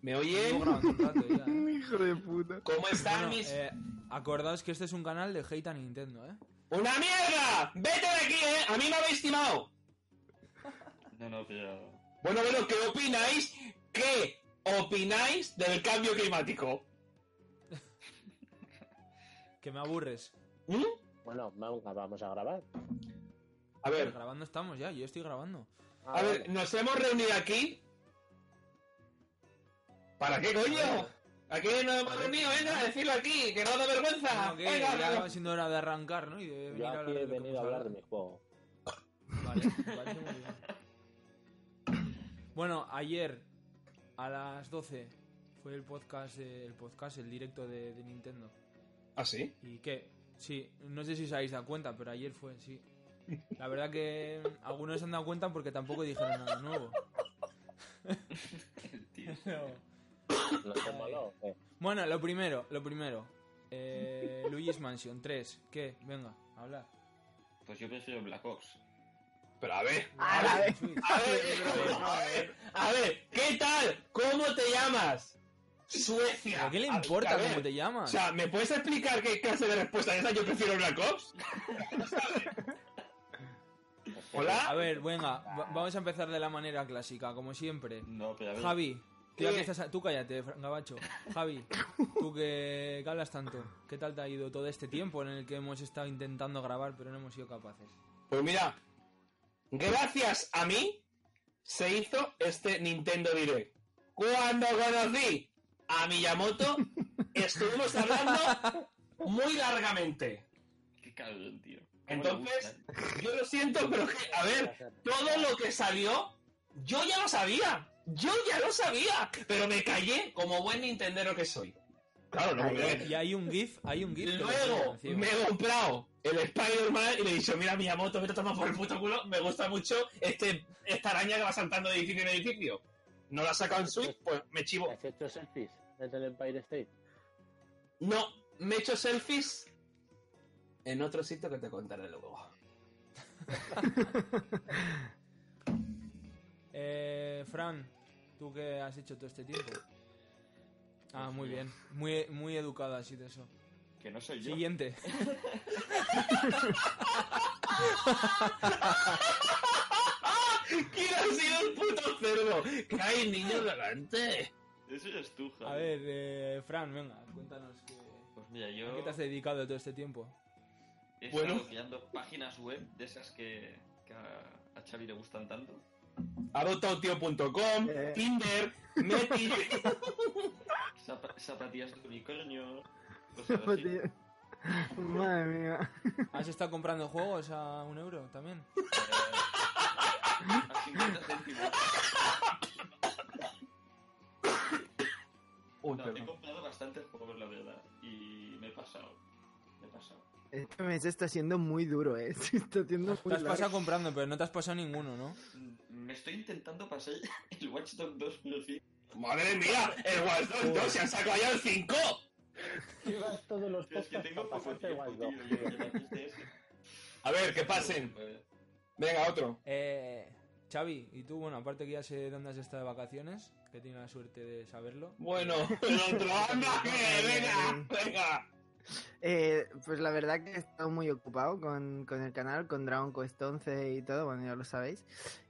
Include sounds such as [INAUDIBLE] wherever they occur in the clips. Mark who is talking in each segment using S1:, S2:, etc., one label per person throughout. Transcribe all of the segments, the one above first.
S1: ¿Me oyen?
S2: [LAUGHS] Hijo de puta.
S1: ¿Cómo están
S3: Bueno,
S1: mis...?
S3: eh, acordaos que este es un canal de hate a Nintendo, ¿eh?
S1: ¡Una mierda! ¡Vete de aquí, eh! ¡A mí me habéis timado!
S4: No, no, pero. [LAUGHS]
S1: Bueno, bueno, ¿qué opináis? ¿Qué opináis del cambio climático?
S3: Que me aburres.
S1: ¿Mm?
S5: Bueno, venga, vamos a grabar.
S1: A ver,
S3: Grabando estamos ya, yo estoy grabando.
S5: Ah,
S1: a ver,
S5: vale.
S1: nos hemos reunido aquí... ¿Para qué, coño? Aquí nos hemos reunido, venga, a decirlo aquí, que no da vergüenza.
S3: Como que
S1: Venga,
S3: ya
S1: venga.
S3: va siendo hora de arrancar, ¿no? Y de venir
S5: Yo
S3: a
S5: aquí
S3: hablar de lo
S5: he
S3: que
S5: venido a
S3: hemos
S5: hablar de
S3: hablado.
S5: mi juego.
S3: Vale, me parece muy bien. Bueno, ayer a las 12 fue el podcast, eh, el podcast, el directo de, de Nintendo.
S1: ¿Ah, sí?
S3: ¿Y qué? Sí, no sé si os habéis dado cuenta, pero ayer fue, sí. La verdad que algunos se han dado cuenta porque tampoco dijeron nada nuevo.
S4: Tío.
S5: ¿No te moló eh, o qué?
S3: Bueno, lo primero, lo primero. Eh, Luigi's Mansion 3. ¿Qué? Venga, habla.
S4: Pues yo prefiero Black Ops.
S1: Pero a
S3: [LAUGHS]
S1: ver...
S3: A
S1: eh.
S3: ver.
S1: A ver, a ver, a ver, ¿qué tal? ¿Cómo te llamas? Suecia.
S3: ¿A qué le
S1: A- a
S3: importa
S1: ver,
S3: cómo te
S1: O
S3: llamas?
S1: sea, ¿me puedes explicar qué clase de respuesta es esa? Yo prefiero Black Ops. Hola.
S3: A ver, venga, va- vamos a empezar de la manera clásica, como siempre.
S4: No, pero a ver.
S3: Javi, tú, ya
S1: ¿Qué?
S3: que estás a- tú cállate, Fran- Gabacho. Javi, tú que, que hablas tanto, ¿qué tal te ha ido todo este tiempo en el que hemos estado intentando grabar pero no hemos sido capaces?
S1: Pues mira, gracias a mí se hizo este Nintendo Direct. Cuando conocí a Miyamoto, estuvimos hablando muy largamente.
S4: Qué cabrón, tío. ¿Cómo le
S1: Entonces,
S4: gustan?
S1: yo lo siento, pero que, a ver, todo lo que salió, yo ya lo sabía. Yo ya lo sabía, pero me callé como buen nintendero que soy. Claro, no me voy a
S3: Y hay un GIF, hay un GIF. que lo
S1: Luego
S3: ponen encima.
S1: me he comprado el Spider-Man y le he dicho, mira Miyamoto, vete a tomar por el puto culo, me gusta mucho este, esta araña que va saltando de edificio en edificio. No la ha sacado en Switch, pues me chivo.
S5: ¿Has hecho selfies desde el Empire State?
S1: No, me he hecho selfies en otro sitio que te contaré [LAUGHS] luego.
S3: Eh, Fran, ¿tú qué has hecho todo este tiempo? Ah, muy bien. Muy, muy educado así de eso.
S4: Que no soy yo.
S3: Siguiente.
S1: ¿Quién ha sido el puto cerdo? Que hay niños delante.
S4: Eso ya es tú, Javi.
S3: A ver, eh, Fran, venga, cuéntanos qué,
S4: Pues mira,
S3: a
S4: yo.
S3: qué te has dedicado todo este tiempo.
S4: He
S1: Bueno.
S4: estado creando páginas web de esas que, que a, a Xavi le gustan tanto.
S1: Adoptautio.com,
S2: Eh.
S1: Tinder, Meti.
S4: Zapa- zapatillas de unicornio. Cosas así.
S2: Joder. Madre mía.
S3: ¿Has estado comprando juegos a un euro también?
S4: A 50
S1: [LAUGHS]
S4: céntimos.
S1: Uy,
S4: No, he
S1: perdón.
S4: comprado bastantes juegos, la verdad. Y me he pasado. Me he pasado.
S2: Este mes está siendo muy duro, eh. [LAUGHS] Está siendo
S3: Te
S2: muy
S3: has
S2: largo.
S3: pasado comprando, pero no te has pasado ninguno, ¿no?
S4: Mm, Me estoy intentando pasar [LAUGHS] el Watch Dogs 2, pero sí.
S1: Madre mía, el Watch Dogs 2 se han sacado ya el 5.
S5: Llevas todos los
S4: Es que
S5: podcasts
S4: tengo
S5: para
S4: poco
S5: pasarte
S4: tiempo,
S5: Wild Dog.
S4: tío. yo- yo me puse ese.
S1: A ver, que pasen.
S4: Pues,
S1: Venga, otro.
S3: Eh, Xavi, ¿y tú? Bueno, aparte que ya sé dónde has estado de vacaciones, que tiene la suerte de saberlo.
S1: [LAUGHS] Bueno, el otro, anda, que venga, venga.
S2: Eh, pues la verdad que he estado muy ocupado con, con el canal, con Dragon Quest 11 y todo, bueno, ya lo sabéis.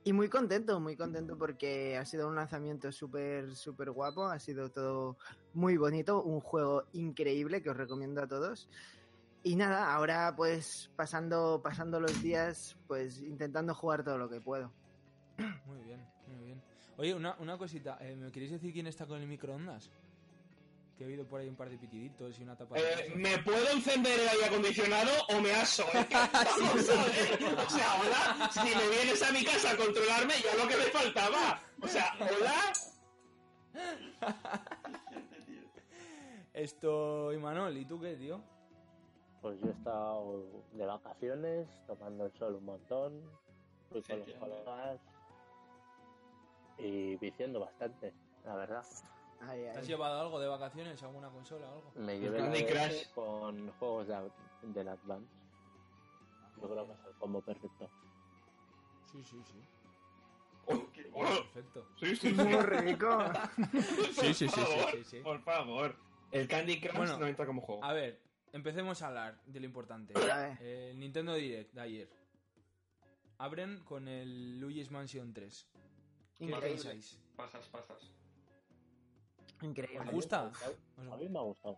S2: Y muy contento, muy contento porque ha sido un lanzamiento súper, súper guapo, ha sido todo muy bonito, un juego increíble que os recomiendo a todos. Y nada, ahora pues pasando, pasando los días, pues intentando jugar todo lo que puedo.
S3: Muy bien, muy bien. Oye, una, una cosita, eh, ¿me queréis decir quién está con el microondas? Que he oído por ahí un par de pitiditos y una tapa de...
S1: Eh,
S3: queso.
S1: ¿Me puedo encender el aire acondicionado o me aso? Es [LAUGHS] que vamos a ver, O sea, hola, si me vienes a mi casa a controlarme, ya lo que me faltaba. O sea, hola.
S4: fíjate, tío.
S3: Esto, Imanol, ¿y tú qué, tío?
S5: Pues yo he estado de vacaciones, tomando el sol un montón, fui con los colegas y viciando bastante, la verdad.
S2: Ay,
S3: ¿Te has
S2: ay.
S3: llevado algo de vacaciones? ¿Alguna consola o algo?
S5: Me llevé la
S1: Candy
S5: DS
S1: Crush.
S5: con juegos de, del Advance. Yo creo que es el combo perfecto.
S3: Sí, sí, sí.
S4: Oh, qué
S1: favor.
S3: Perfecto.
S1: Sí, sí,
S2: Muy rico.
S1: sí,
S3: sí, sí, sí,
S1: favor,
S3: sí, sí.
S1: Por favor. El Candy Crush
S3: Bueno,
S1: no entra como juego.
S3: A ver, empecemos a hablar de lo importante.
S2: A ver,
S3: El Nintendo Direct de ayer. Abren con el Luigi's Mansion 3. ¿Qué
S2: Increíble.
S3: pensáis?
S4: Pajas, pajas.
S2: increíble.
S3: ¿Os gusta? ¿Os-
S5: A mí me ha gustado.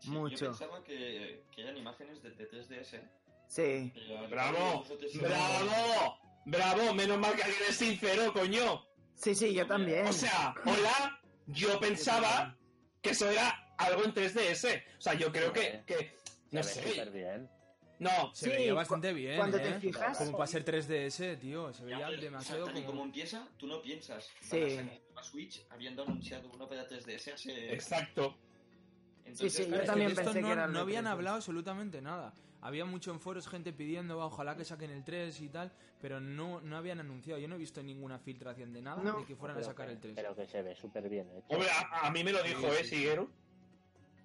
S4: Sí,
S2: Mucho.
S4: Yo pensaba que, que eran imágenes de, de 3DS.
S2: Sí.
S4: pero-
S1: ¡Bravo!
S4: Eso te-
S1: ¡Bravo! ¡Bravo! Menos mal que eres sincero, coño.
S2: Sí, sí, yo también.
S1: O sea, hola, yo pensaba que eso era algo en 3DS. O sea, yo creo que, que no
S5: Se ve súper
S1: sé.
S5: bien.
S1: No,
S3: Se
S2: Sí,
S3: veía
S2: cu-
S3: bastante bien.
S2: Cuando
S3: ¿eh?
S2: te fijas,
S3: Como para ser 3DS, tío. Se
S4: Ya,
S3: veía
S4: pero, o
S3: demasiado
S4: sea, tal y como
S3: como.
S4: empieza, tú no piensas.
S2: Sí.
S4: Van a sacar una Switch habiendo anunciado una para 3DS hace...
S1: exacto.
S4: eh, Entonces,
S2: Sí, sí, yo
S3: Claro, es que
S2: también
S3: de esto
S2: pensé
S3: no,
S2: que era el
S3: no
S2: de
S3: habían
S2: 3DS.
S3: hablado absolutamente nada. Había mucho en foros gente pidiendo, "Va, ojalá que saquen el 3 y tal, pero no, no habían anunciado. Yo no he visto ninguna filtración de nada
S2: No.
S3: de que fueran a
S5: Pero
S3: sacar
S5: que-
S3: el 3.
S5: Pero que se ve súper bien hecho.
S1: Hombre, a, a mí me lo dijo, ¿eh, Siguero?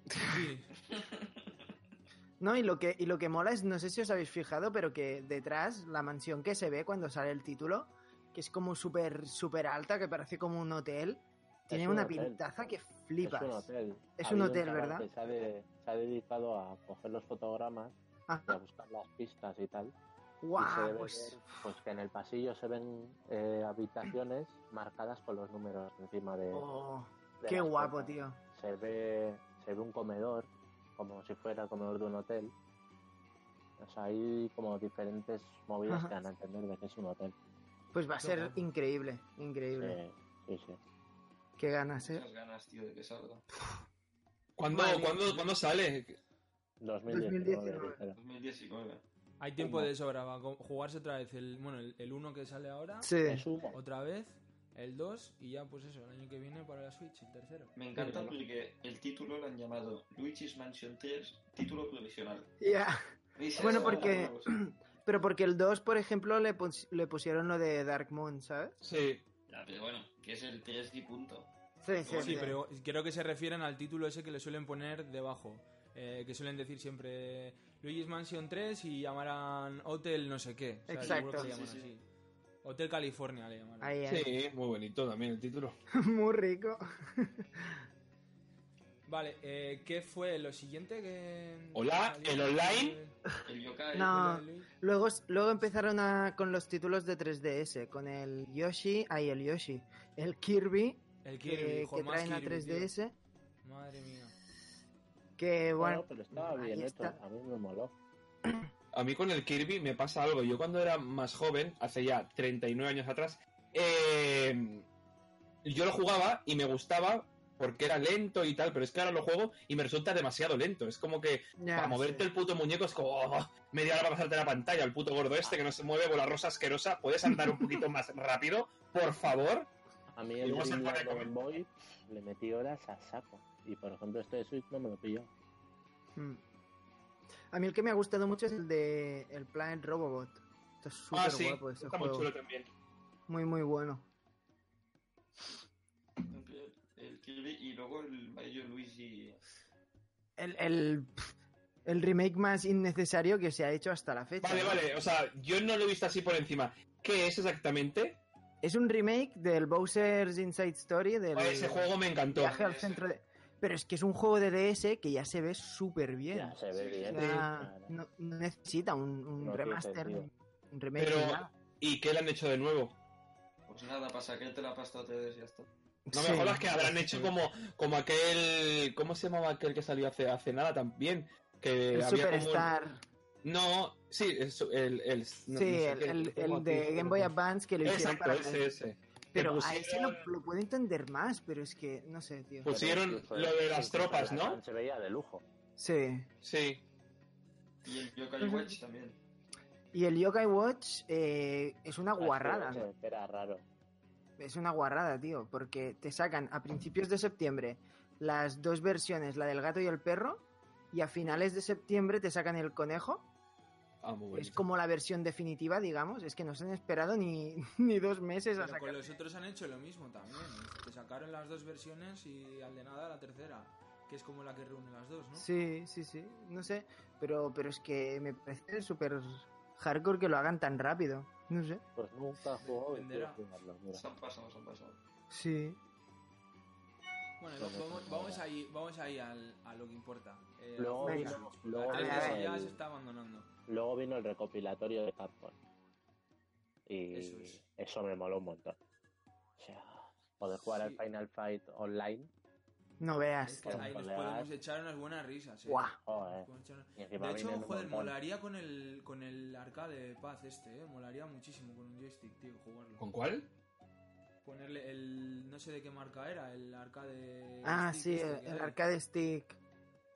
S3: Sí.
S2: No, y lo, que, y lo que mola es, no sé si os habéis fijado, pero que detrás, la mansión que se ve cuando sale el título, que es como súper, súper alta, que parece como un hotel, tiene
S5: un
S2: una
S5: hotel.
S2: pintaza que
S5: Es un
S2: flipas.
S5: hotel.
S2: Es
S5: Ha
S2: un
S5: habido
S2: hotel,
S5: chaval
S2: ¿verdad?
S5: que se ha, de- se ha dedicado a coger los fotogramas,
S2: Ah,
S5: a buscar las pistas y tal. Y se
S2: guau,
S5: debe
S2: pues
S5: ver, pues que en el pasillo se ven eh, habitaciones marcadas con los números encima de.
S2: oh,
S5: de
S2: qué
S5: las
S2: guapo,
S5: puertas.
S2: tío.
S5: Se ve, se ve un comedor, como si fuera el comedor de un hotel. O sea, hay como diferentes movidas
S2: Ajá.
S5: que van a entender de que es un hotel.
S2: Pues va a
S3: Qué
S2: ser
S3: guapo.
S2: increíble, increíble.
S5: Eh, sí, sí.
S2: Qué ganas, eh.
S4: muchas ganas, tío, de que salga.
S1: ¿Cuándo,
S2: Madre mía.
S1: cuándo, cuándo sale?
S5: 2019.
S2: 2019.
S5: dijeron.
S4: 2019. [LAUGHS]
S3: Hay tiempo de sobra para co- jugarse otra vez. El, bueno, el, 1 que sale ahora,
S2: Sí.
S5: Es humo.
S3: otra vez, el 2 y ya pues eso, el año que viene para la Switch, el tercero.
S4: Me encanta
S5: Venga,
S4: porque el título lo han llamado Luigi's Mansion 3, título provisional.
S2: Ya.
S4: Dices,
S2: Bueno,
S4: "Ah,
S2: porque-
S4: bueno, pues".
S2: Pero porque el 2, por ejemplo, le, pus- le pusieron lo de Dark Moon, ¿sabes?
S1: Sí.
S4: Ya, pero bueno, que es el 3 y punto.
S2: Sí,
S4: sí,
S3: Sí, pero creo que se refieren al título ese que le suelen poner debajo. eh, que suelen decir siempre Luigi's Mansion 3 y llamarán Hotel no sé qué. ¿sabes? Seguro
S2: Exacto.
S3: que le llaman
S4: Sí, sí,
S3: así. Hotel California le llamarán.
S2: Ahí, ahí.
S1: Sí, muy bonito también el título.
S2: [LAUGHS] Muy rico.
S3: Vale, eh, ¿qué fue lo siguiente que...
S1: Hola,
S3: que salió?
S1: ¿el online?
S4: El yokai.
S2: No.
S3: Hola, Luis.
S2: Luego, luego empezaron a- con los títulos de 3DS, con el Yoshi, ahí el Yoshi, el Kirby,
S3: El Kirby,
S2: que,
S3: hijo,
S2: que
S3: más
S2: traen a
S3: Kirby, tío.
S2: 3DS,
S3: Madre mía.
S2: que bueno,
S5: Bueno,
S1: pues,
S5: pero estaba
S2: ahí
S5: bien hecho.
S2: está.
S5: A mí me moló.
S1: A mí con el Kirby me pasa algo. Yo cuando era más joven, hace ya 39 años atrás, eh, yo lo jugaba y me gustaba porque era lento y tal, pero es que ahora lo juego y me resulta demasiado lento. Es como que
S2: ya,
S1: para moverte el puto muñeco es como oh, media hora para pasarte la pantalla, el puto gordo este que no se mueve con la rosa asquerosa. ¿Puedes andar un poquito más rápido, por favor?
S5: A mí
S1: Y
S5: el
S1: luego se
S5: Dream
S1: pone a
S5: Game
S1: comer.
S5: Boy le metí horas a saco. Y por ejemplo, este de Switch no me lo pilló.
S2: Mm. A mí el que me ha gustado mucho es el de el Planet Robobot. Está súper
S1: Ah, sí,
S2: guapo ese
S1: está muy
S2: juego.
S1: chulo también.
S2: Muy, muy bueno.
S4: El Kirby y luego el Mario Luigi.
S2: El, el, pff, el remake más innecesario que se ha hecho hasta la fecha.
S1: Vale,
S2: ¿no?
S1: vale, o sea, yo no lo he visto así por encima. ¿Qué es exactamente?
S2: Es un remake del Bowser's Inside Story, del
S1: Ah, Ese juego me encantó.
S2: viaje al centro de... Pero es que es un juego de DS que ya se ve súper bien.
S5: Ya, se ve
S4: Sí, sí,
S5: bien.
S2: O sea,
S5: Sí.
S2: no, no necesita un, un
S5: No tiene
S2: remaster,
S5: sentido.
S2: un remake.
S1: Pero-
S2: ni nada.
S1: ¿Y qué le han hecho de nuevo?
S4: Pues nada, para sacarte la pasta 3 y ya está.
S1: No me
S2: Sí.
S1: jodas que habrán hecho como, como aquel. ¿Cómo se llamaba aquel que salió hace, hace nada también? Que
S2: El
S1: había como un-
S2: Superstar,
S1: No, sí, el. su- el, el- no- no
S2: sí,
S1: sé
S2: el,
S1: qué,
S2: el-
S1: tengo
S2: el
S1: aquí,
S2: de Game Boy
S1: espérate.
S2: Advance que lo hicieron
S1: Exacto,
S2: para...
S1: ese, ese.
S2: Pero
S1: Que
S2: a ese lo,
S1: pusieron-
S2: lo puedo entender más, pero es que, no sé, tío.
S1: Pues- Pusieron
S5: Pero
S1: lo de las
S5: incluso
S1: tropas,
S5: la
S1: ¿no?
S5: gran Se veía de lujo.
S2: Sí.
S1: Sí.
S4: Y el Yokai Watch también.
S2: Y el Yokai Watch eh, es
S1: Pues,
S2: una guarrada.
S5: Era- eh, Era raro.
S2: Es una guarrada, tío, porque te sacan a principios de septiembre las dos versiones, la del gato y el perro, y a finales de septiembre te sacan el conejo.
S1: Ah, muy
S2: Es
S1: bonito.
S2: como la versión definitiva, digamos. Es que no se han esperado ni, [LAUGHS] ni dos meses a
S3: Pero
S2: sacar.
S3: con los otros han hecho lo mismo también. Te sacaron las dos versiones y al de nada la tercera, que es como la que reúne las dos, ¿no?
S2: Sí, sí, sí, no sé. Pero, pero es que me parece súper hardcore que lo hagan tan rápido. No sé.
S5: Pues nunca he jugado y quiero
S3: Dependerá.
S5: jugarlo, mira.
S4: Se han pasado, se han pasado.
S2: Sí.
S3: Bueno, entonces vamos, vamos ahí, vamos ahí al, a lo que importa. Eh,
S5: Luego
S3: al
S2: venga.
S3: fútbol.
S5: Luego
S3: Atlético
S2: viene
S3: ya
S5: el-
S3: se está abandonando.
S5: Luego vino el recopilatorio de Capcom. Y
S3: Eso es.
S5: eso me moló un montón. O sea, poder jugar al
S3: Sí.
S5: Final Fight online.
S2: No
S3: Es
S2: veas.
S3: que
S5: Con
S3: ahí nos
S5: colegas.
S3: podemos echar unas buenas risas. eh.
S2: Guau.
S5: Joder.
S3: Podemos echar unas-
S5: Y encima
S3: De hecho,
S5: vienen un
S3: joder,
S5: montón.
S3: molaría con el, con el arcade de paz este, eh. Molaría muchísimo con un joystick, tío, jugarlo.
S1: ¿Con cuál?
S3: Ponerle el. No sé de qué marca era, el arcade.
S2: Ah,
S3: stick
S2: sí,
S3: este
S2: el,
S3: que
S2: el
S3: hay.
S2: arcade stick.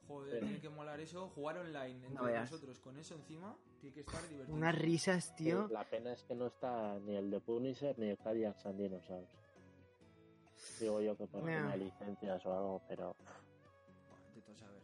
S3: Joder, tiene que molar eso. Jugar online
S2: No
S3: entre
S2: veas.
S3: nosotros con eso encima tiene que estar divertido.
S2: Unas risas,
S5: Sí,
S2: tío.
S5: La pena es que no está ni el de Punisher ni el Cadillac and Dinosaurs. Digo yo que por
S2: Mea.
S5: tener licencias o algo, pero
S3: Bueno, intento saber.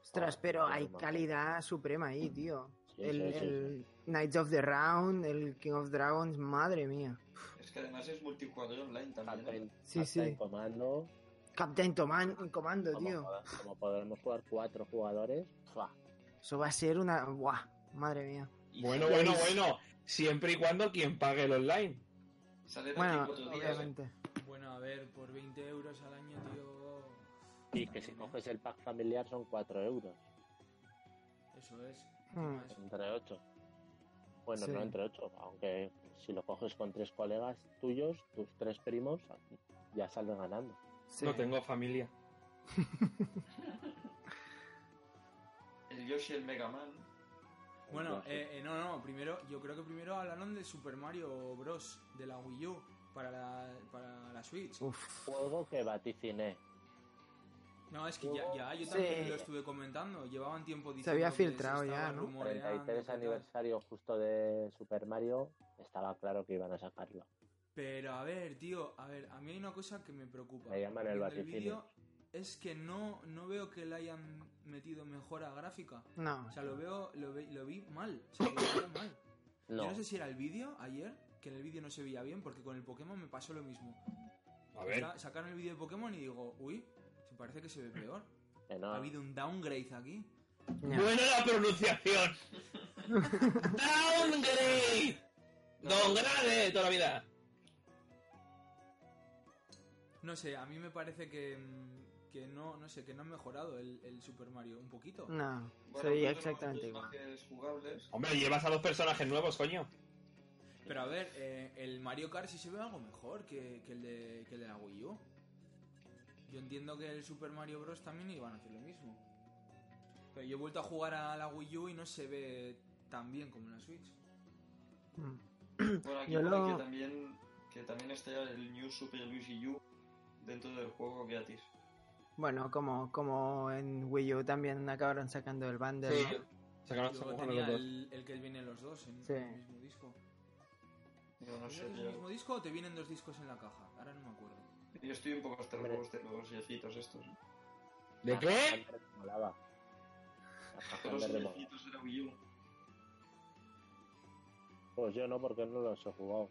S2: Ostras, pero
S5: joder,
S2: hay
S5: no.
S2: calidad suprema ahí, tío.
S5: sí,
S2: El,
S5: sí, sí,
S2: el Knights of the Round, el King of Dragons, madre mía.
S4: Es que además es multijugador online
S5: sí.
S4: también. ¿eh?
S5: Captain-
S2: Sí,
S5: Captain
S2: sí.
S5: Commando,
S2: Captain Toman, Comando,
S5: como,
S2: tío.
S5: poda- como podremos jugar cuatro jugadores, ¡fua!
S2: Eso va a ser una. ¡Buah! Madre mía.
S4: Y
S1: Bueno,
S4: sale-
S1: bueno, bueno. Siempre y cuando quien pague el online.
S4: Sale de
S2: Bueno,
S4: aquí cuatro días. ¿eh?
S2: obviamente.
S3: Bueno, a ver, por 20 euros al año, tío.
S5: y
S3: está
S5: que si
S3: bien, ¿eh?
S5: coges el pack familiar son cuatro euros,
S3: Eso es.
S2: Mm.
S3: encima eso.
S5: entre ocho. Bueno,
S2: Sí.
S5: no entre ocho, aunque si lo coges con tres colegas tuyos, tus tres primos, ya salen ganando.
S2: Sí.
S1: No tengo familia.
S4: El Yoshi, el Mega Man.
S3: Bueno,
S5: Entonces,
S3: eh, eh, no, no, primero, yo creo que primero hablaron de Super Mario Bros. de la Wii U para la, para la Switch.
S2: Uf.
S5: Juego que vaticiné.
S3: No, es que ya, ya yo
S2: Sí.
S3: también lo estuve comentando. Llevaban tiempo diciendo.
S2: había
S3: que se
S2: filtrado ya,
S3: estaba
S2: ¿no?
S3: rumoreando,
S5: 33
S3: tal.
S5: aniversario justo de Super Mario, estaba claro que iban a sacarlo.
S3: Pero a ver, tío, a ver, a mí hay una cosa que me preocupa.
S5: Me llaman el
S3: Viendo
S5: vaticinio.
S3: vídeo es que no, no veo que le hayan metido mejora gráfica.
S2: No.
S3: O sea, lo veo, lo, ve- lo vi mal. O sea, lo veía mal.
S5: No,
S3: Yo no sé si era el vídeo ayer, que en el vídeo no se veía bien, porque con el Pokémon me pasó lo mismo.
S1: A ver.
S3: Sa- Sacaron el vídeo de Pokémon y digo, uy, se parece que se ve peor.
S5: que no.
S3: Ha habido un downgrade aquí.
S2: Ya.
S1: Buena la pronunciación. Downgrade. Downgrade toda la vida.
S3: No sé, a mí me parece que, mm, que no, no sé, que no han mejorado el, el Super Mario un poquito.
S2: No.
S4: Bueno,
S2: Soy
S4: otros
S2: exactamente igual.
S4: personajes jugables.
S1: Hombre, llevas a dos personajes nuevos, coño.
S3: Pero a ver, eh, el Mario Kart sí se ve algo mejor que, que el, de, que el de la Wii U. Yo entiendo que el Super Mario Bros. también iban a hacer lo mismo. Pero yo he vuelto a jugar a la Wii U y no se ve tan bien como en la Switch.
S2: Mm.
S4: Bueno, aquí
S2: Yo
S4: pone
S2: lo-
S4: que también, que también está ya el New Super Luigi U dentro del juego gratis.
S2: Bueno, como, como en Wii U también acabaron sacando el bundle.
S1: Sí.
S2: ¿no?
S1: Sacaron
S3: Yo
S1: sacaron
S3: tenía
S1: los dos.
S3: el, el que vienen los dos en
S2: Sí.
S3: el mismo disco.
S4: Yo no
S3: ¿Es
S4: sé,
S3: el
S4: yo,
S3: mismo disco o te vienen dos discos en la caja? Ahora no me acuerdo.
S4: yo estoy un poco hasta los
S5: Hombre.
S4: huevos de los yecitos estos.
S1: ¿De qué?
S5: Alejandro molaba.
S4: Todos los
S5: Alejandro molaba.
S4: yecitos de la Wii U.
S5: Pues yo no, porque no los he jugado.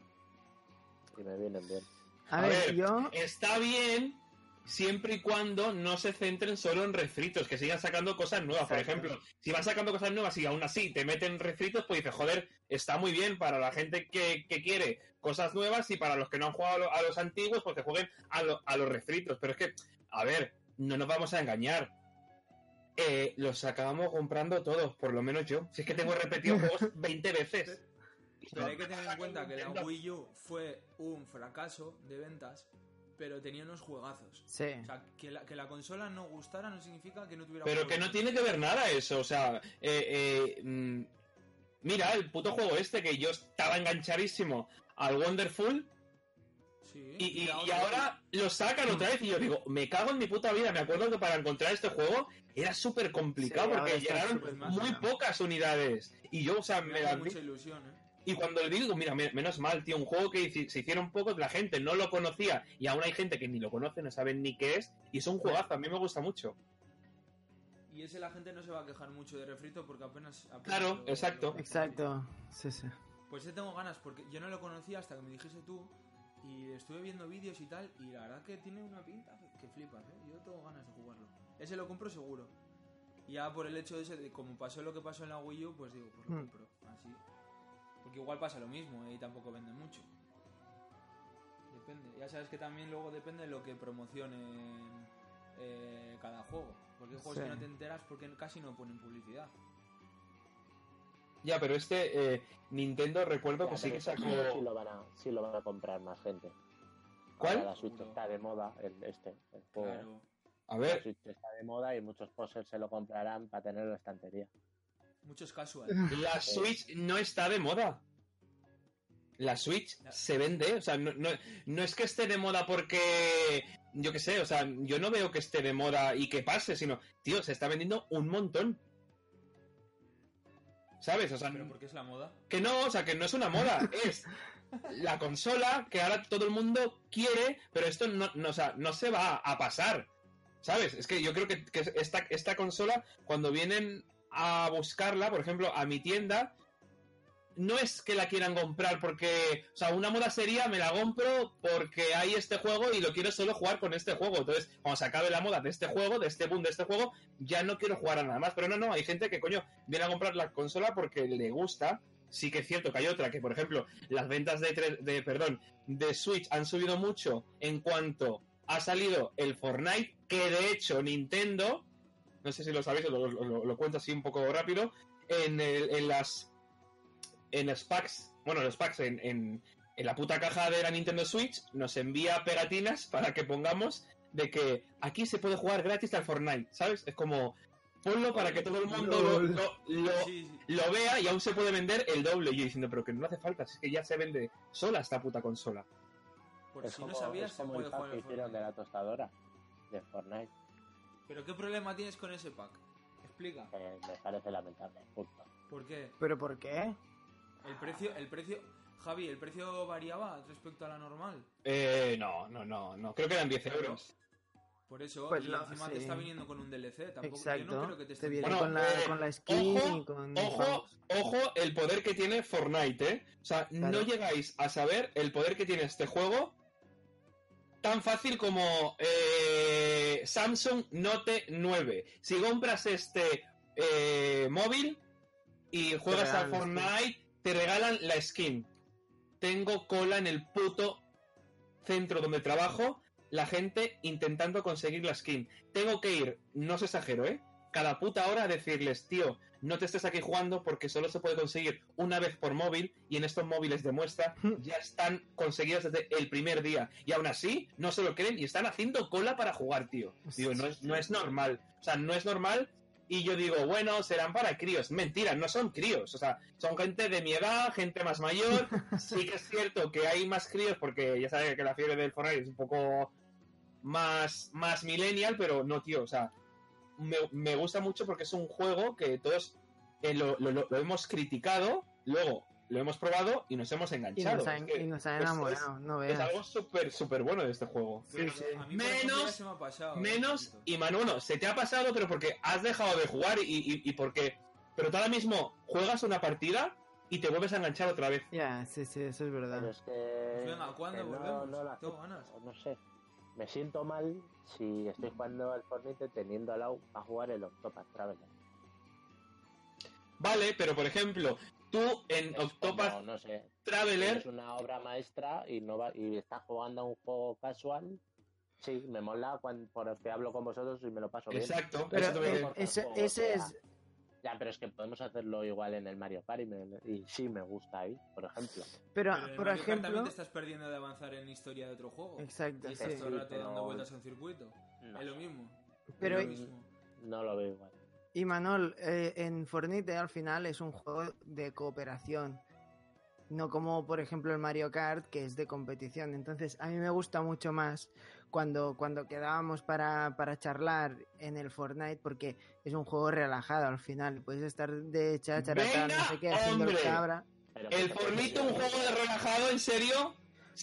S5: Y me vienen bien.
S2: A,
S1: A
S2: ver,
S1: ver.
S2: yo.
S1: Está bien siempre y cuando no se centren solo en refritos, que sigan sacando cosas nuevas. Por
S2: Exacto.
S1: ejemplo, si van sacando cosas nuevas y aún así te meten refritos, pues dices, joder, está muy bien para la gente que, que quiere cosas nuevas y para los que no han jugado a lo- a los antiguos, pues que jueguen a, lo- a los refritos. Pero es que, a ver, no nos vamos a engañar. Eh, los acabamos comprando todos, por lo menos yo. Si es que tengo repetido juegos 20 veces.
S3: Pero hay que tener en cuenta
S1: [LAUGHS]
S3: que la Wii U fue un fracaso de ventas, pero tenía unos juegazos.
S2: Sí.
S3: O sea, que la, que la consola no gustara no significa que no tuviera
S1: Pero
S3: juegos.
S1: que no tiene que ver nada eso, o sea, eh, eh, mm, mira, el puto juego este que yo estaba enganchadísimo al Wonderful
S3: Sí,
S1: y, y-
S3: la
S1: y
S3: otra-
S1: ahora lo sacan otra vez y yo digo, me cago en mi puta vida, me acuerdo que para encontrar este juego era súper complicado
S2: Sí, ahora
S1: porque
S2: está
S1: llegaron
S2: súper más
S1: muy
S2: ganado.
S1: pocas unidades y yo, o sea,
S3: me
S1: me
S3: hace
S1: la-
S3: mucha ilusión, ¿eh?
S1: y cuando le digo, mira, me- menos mal, tío, un juego que hici- se hicieron pocos, la gente no lo conocía y aún hay gente que ni lo conoce, no saben ni qué es y es un juegazo, a mí me gusta mucho.
S3: Y ese la gente no se va a quejar mucho de refrito porque apenas... apenas
S1: Claro,
S3: lo-
S1: exacto.
S3: lo-
S2: Exacto. Sí, sí.
S3: Pues yo tengo ganas, porque yo no lo conocía hasta que me dijiste tú. Y estuve viendo vídeos y tal, y la verdad que tiene una pinta que- que flipas, ¿eh? Yo tengo ganas de jugarlo. Ese lo compro seguro. Y Ya por el hecho de ese, de como pasó lo que pasó en la Wii U, pues digo, pues lo
S2: Mm.
S3: compro. Así. Porque igual pasa lo mismo ¿eh? y tampoco venden mucho. Depende. Ya sabes que también luego depende de lo que promocionen eh, cada juego. Porque hay juegos
S2: Sí.
S3: que no te enteras porque casi no ponen publicidad.
S1: Ya, pero este eh, Nintendo recuerdo
S5: Ya,
S1: que sí
S5: pero
S1: que
S5: eso
S1: sacó.
S5: Sí lo, van a, sí lo van a comprar más gente. Ahora
S1: ¿Cuál?
S5: La Switch
S3: Seguro.
S5: está de moda, el, este, el juego.
S3: Claro.
S1: A
S5: La
S1: ver,
S5: Switch está de moda y muchos posers se lo comprarán para tenerlo en la estantería.
S3: Muchos casual.
S2: [LAUGHS]
S5: Eh.
S1: la Switch no está de moda. La Switch
S3: Ya.
S1: se vende, o sea, no, no- no es que esté de moda porque, yo qué sé, o sea, yo no veo que esté de moda y que pase, sino, tío, se está vendiendo un montón. ¿Sabes? O sea,
S3: Pero porque es la moda.
S1: Que no, o sea, que no es una moda, es la consola que ahora todo el mundo quiere, pero esto no, no, o sea, no se va a pasar. ¿Sabes? Es que yo creo que, que esta, esta consola, cuando vienen a buscarla, por ejemplo, a mi tienda, no es que la quieran comprar porque, o sea, una moda sería me la compro porque hay este juego y lo quiero solo jugar con este juego. Entonces, cuando se acabe la moda de este juego, de este boom de este juego, ya no quiero jugar a nada más. Pero no, no, hay gente que, coño, viene a comprar la consola porque le gusta. Sí que es cierto que hay otra que, por ejemplo, las ventas de, tres- de perdón, de Switch han subido mucho en cuanto ha salido el Fortnite, que de hecho Nintendo, no sé si lo sabéis, lo, lo- lo- lo cuento así un poco rápido, en, el- en las en los packs, bueno, los packs en, en- en la puta caja de la Nintendo Switch nos envía pegatinas para que pongamos de que aquí se puede jugar gratis al Fortnite, ¿sabes? Es como ponlo para que todo el mundo lo-
S2: Lol.
S1: lo- lo,
S3: Sí, sí.
S1: lo vea y aún se puede vender el doble. Y yo diciendo, pero que no hace falta, si es que ya se vende sola esta puta consola.
S3: Por
S5: Es
S3: si
S5: como,
S3: no sabías,
S5: es
S3: se
S5: como
S3: puede
S5: el pack
S3: jugar
S5: que
S3: al
S5: hicieron de
S3: Fortnite.
S5: la tostadora de Fortnite.
S3: Pero ¿qué problema tienes con ese pack? Explica.
S5: que me parece lamentable. punto.
S3: ¿Por qué?
S2: ¿Pero por qué?
S3: El precio, el precio, Javi, el precio variaba respecto a la normal.
S1: Eh, no, no, no, no. Creo que eran 10 euros.
S3: Por eso,
S2: Pues
S3: y
S2: no,
S3: encima
S2: sí.
S3: te está viniendo con un DLC. Tampoco, Yo no
S2: Exacto.
S3: creo que te esté
S2: te viene
S1: Bueno,
S2: con, la,
S1: eh,
S2: con la skin
S1: ojo,
S2: y con.
S1: Ojo, ojo el poder que tiene Fortnite, ¿eh? O sea, no
S2: Claro.
S1: llegáis a saber el poder que tiene este juego tan fácil como eh, Samsung Note 9. Si compras este eh, móvil y juegas a
S2: regalan la
S1: Fortnite, te regalan la skin. Tengo cola en el puto centro donde trabajo, la gente intentando conseguir la skin. Tengo que ir, no os exagero, ¿eh? Cada puta hora a decirles, tío, no te estés aquí jugando porque solo se puede conseguir una vez por móvil y en estos móviles de muestra ya están conseguidas desde el primer día. Y aún así, no se lo creen y están haciendo cola para jugar, tío. Digo, no es, no es normal. O sea, no es normal. Y yo digo, bueno, serán para críos. Mentira, no son críos. O sea, son gente de mi edad, gente más mayor. Sí que es cierto que hay más críos porque ya sabes que la fiebre del Fortnite es un poco más, más millennial, pero no, tío. O sea, me, me gusta mucho porque es un juego que todos eh, lo, lo- lo- lo hemos criticado, luego lo hemos probado y nos hemos
S2: Y
S1: enganchado.
S2: nos ha,
S1: Es que-
S2: y nos ha
S1: es-
S2: enamorado, no
S1: es
S2: veas.
S1: algo súper, súper bueno de este juego.
S2: Sí, sí.
S3: A mí, por ejemplo,
S1: Menos-
S3: ya se me ha pasado, ¿eh?
S1: Menos,
S3: Un poquito.
S1: y Manuno, se te ha pasado, pero porque has dejado de jugar y, y- y porque. Pero tú ahora mismo juegas una partida y te vuelves a enganchar otra vez.
S2: Ya, sí, sí, eso es
S5: Pero
S2: verdad.
S5: es que.
S3: Pues venga, ¿cuándo
S5: Eh, que no-
S3: volvemos?
S5: no la-
S3: Tengo ganas.
S5: no sé. Me siento mal si estoy jugando al Fortnite teniendo al lado a jugar el Octopath Traveler.
S1: Vale, pero por ejemplo, tú en
S5: Es
S1: Octopath
S5: como, no sé. Es
S1: Traveler.
S5: una obra maestra y no va, y estás jugando a un juego casual. Sí, me mola cuando porque hablo con vosotros y me lo paso bien.
S1: Exacto, eso te
S2: Pero
S1: voy a decir.
S2: eh, ese, ese es.
S5: Ya, pero es que podemos hacerlo igual en el Mario Party me- y sí me gusta ahí, por ejemplo.
S3: en
S2: Pero, Ah,
S3: Mario
S2: por
S3: Kart
S2: ejemplo.
S3: también te estás perdiendo de avanzar en historia de otro juego.
S2: Exacto,
S3: Y
S2: sí.
S3: estás todo el rato
S5: Pero-
S3: dando vueltas a un circuito.
S5: No,
S3: Es lo mismo.
S2: Pero-
S3: Es lo mismo.
S5: no lo veo igual.
S2: Y Manol, eh, en Fortnite al final es un juego de cooperación. No como, por ejemplo, el Mario Kart, que es de competición. Entonces, a mí me gusta mucho más cuando, cuando quedábamos para, para charlar en el Fortnite, porque es un juego relajado al final. Puedes estar de chacharata, no
S1: ¡Venga,
S2: sé qué, haciendo el
S1: hombre!
S2: cabra.
S5: Pero
S1: El
S5: porque-
S1: Fornito, un juego de relajado, ¿en serio?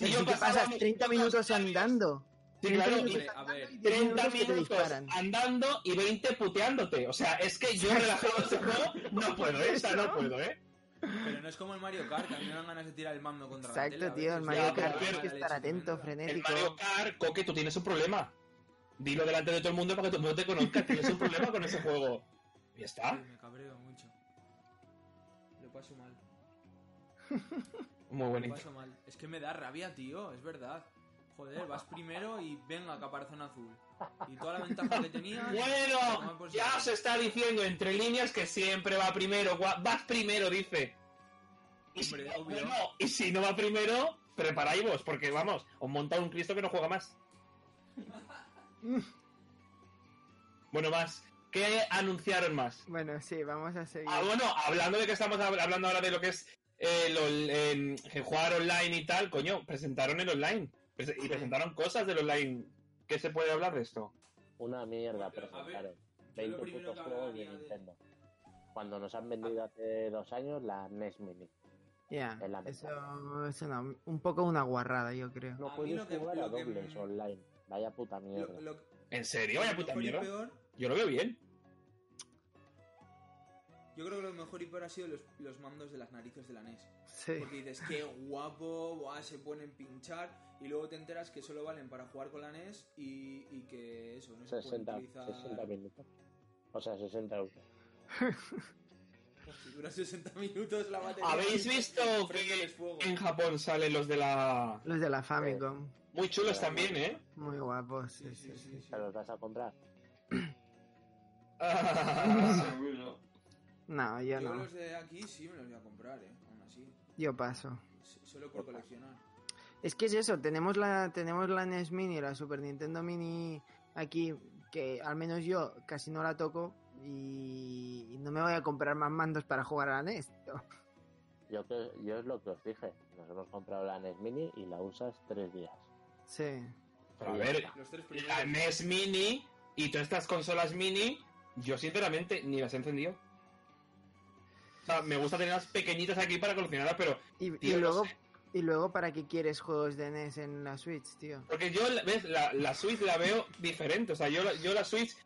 S2: Y te
S1: pasaba
S2: pasas
S1: mis
S2: 30
S1: putos
S2: minutos
S1: años-
S2: andando.
S1: Sí, claro,
S2: minutos
S3: Hombre, a
S2: andando
S3: ver,
S2: y 10
S1: 30
S2: que te
S1: minutos
S2: disparan.
S1: andando y 20 puteándote. O sea, es que yo relajado este juego no puedo, ¿eh? O sea, no puedo, ¿eh?
S3: Pero no es como el Mario Kart, que a mí me dan ganas de tirar el mando contra la tela.
S2: Exacto,
S3: a
S2: tío.
S3: veces.
S2: El
S1: Ya,
S2: Mario
S1: pero
S2: Kart
S1: a
S2: tienes
S1: ver,
S2: que estar atento,
S1: El
S2: frenético.
S1: Mario Kart, Coque, tú tienes un problema. Dilo delante de todo el mundo para que todo el mundo te conozca. Tienes un problema con ese juego. Ya
S2: ¿Ah?
S3: Sí,
S1: está.
S3: me cabreo mucho. Lo paso mal.
S1: Muy
S3: Lo
S1: bonito.
S3: paso mal. Es que me da rabia, tío, es verdad. Joder, vas primero y venga, caparazón azul. Y toda la ventaja que tenía.
S1: [LAUGHS] Bueno, ya se está diciendo entre líneas que siempre va primero. gua- Vas primero, dice. Y si,
S3: Hombre,
S1: no,
S3: obvio.
S1: Pues no, y si no va primero, preparáis porque vamos, os monta un Cristo que no juega más. bueno, más. ¿Qué anunciaron más?
S2: Bueno, sí, vamos a seguir.
S1: Ah, bueno, hablando de que estamos hab- hablando ahora de lo que es eh, lo- en- en jugar online y tal, coño, presentaron el online. Pres- Y presentaron cosas del online. ¿Qué se puede hablar de esto?
S5: Una mierda,
S3: Pero, a
S5: presentaron.
S3: Yo lo
S5: 20
S3: primero que
S5: putos juegos de
S3: hablaría de- Ah.
S5: Nintendo. Cuando nos han vendido hace dos años la NES Mini.
S2: Ya,
S5: es lamentable.
S2: eso es una- un poco una guarrada, yo creo.
S5: No
S3: A mí
S5: puedes
S3: lo que-
S5: jugar a
S3: lo que
S5: dobles
S3: me-
S5: online. Vaya puta
S3: Lo,
S5: mierda.
S3: lo-
S1: ¿En serio? Vaya
S3: lo
S1: puta
S3: mejor y
S1: mierda.
S3: peor,
S1: Yo lo veo bien.
S3: yo creo que lo mejor y peor ha sido los, los mandos de las narices de la E NES.
S2: Sí.
S3: Porque dices, qué guapo, buah, se ponen pinchar. Y luego te enteras que solo valen para jugar con la NES y, y que eso, no se pueden
S5: 60,
S3: utilizar.
S5: 60 minutos. O sea, 60 euros.
S3: [LAUGHS] Si dura 60 minutos la batería.
S1: ¿Habéis visto
S3: Préndeles
S1: que
S3: fuego.
S1: en Japón salen los de la...
S2: Los de la Famicom,
S1: Muy chulos también, ¿eh? [LAUGHS]
S2: muy guapos.
S3: Sí, sí, sí, sí.
S5: ¿Te los vas a comprar?
S4: Ah, Seguro.
S2: No,
S3: Yo
S2: yo no.
S3: los de aquí sí me los voy a comprar, eh, aún así.
S2: Yo paso.
S3: S- Solo por coleccionar.
S2: Es que es eso, tenemos la, tenemos la NES Mini, la Super Nintendo Mini aquí, que al menos yo casi no la toco y, y no me voy a comprar más mandos para jugar a la E NES.
S5: Yo, que, yo es lo que os dije. Nos hemos comprado la NES Mini y la usas tres días.
S2: Sí,
S1: Pero a ver,
S3: Los tres
S1: la E
S3: primeros.
S1: NES Mini y todas estas consolas Mini, yo sinceramente ni las he encendido. O sea, me gusta tener las pequeñitas aquí para coleccionarlas, pero...
S2: y, y
S1: Tío, no
S2: luego...
S1: sé.
S2: Y luego, ¿para qué quieres juegos de NES en la Switch, tío?
S1: Porque yo, ¿ves? La, la Switch la veo diferente. O sea, yo, la- yo la Switch...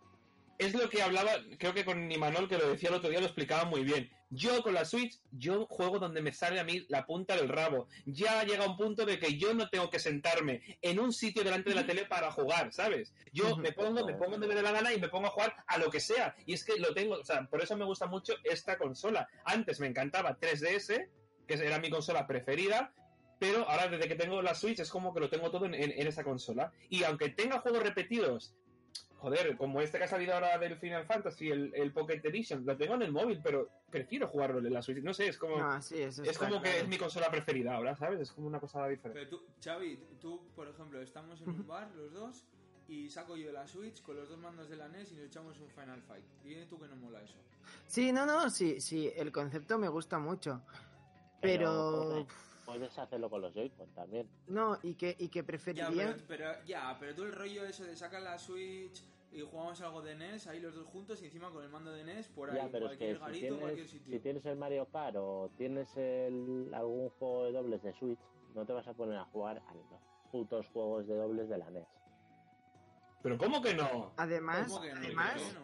S1: Es lo que hablaba, creo que con Imanol, que lo decía el otro día, lo explicaba muy bien. Yo con la Switch, yo juego donde me sale a mí la punta del rabo. Ya llega un punto de que yo no tengo que sentarme en un sitio delante de la tele para jugar, ¿sabes? Yo
S2: Ujú.
S1: me pongo, me pongo donde me dé la gana y me pongo a jugar a lo que sea. Y es que lo tengo, o sea, por eso me gusta mucho esta consola. Antes me encantaba 3DS, que era mi consola preferida, pero ahora desde que tengo la Switch es como que lo tengo todo en, en- en esa consola. Y aunque tenga juegos repetidos, joder, como este que ha salido ahora del Final Fantasy, el, el Pocket Edition, lo tengo en el móvil, pero prefiero jugarlo en la Switch. No sé, es como,
S2: No, sí, Ah, eso
S1: es
S2: está
S1: como que
S2: claro.
S1: es mi consola preferida ahora, ¿sabes? Es como una cosa diferente.
S3: Pero tú, Xavi, tú, por ejemplo, estamos en un bar los dos y saco yo la Switch con los dos mandos de la NES y nos echamos un Final Fight. Dime tú que no mola eso.
S2: Sí, no, no, sí, sí, el concepto me gusta mucho. Pero...
S5: Pero- Puedes hacerlo con los Joy-Con también.
S2: No, y que, y que
S3: Ya
S2: preferiría...
S3: pero, pero- ya, pero tú el rollo eso de sacar la Switch y jugamos algo de NES, ahí los dos juntos y encima con el mando de NES por ahí,
S5: Ya,
S3: en
S5: pero es
S3: cualquier
S5: que si
S3: garito, cualquier
S5: tienes,
S3: sitio.
S5: si tienes el Mario Kart o tienes el, algún juego de dobles de Switch, no te vas a poner a jugar a los putos juegos de dobles de la E NES.
S1: Pero ¿cómo que no?
S2: Además,
S3: ¿Cómo que no?
S2: además,
S3: ¿Por qué no?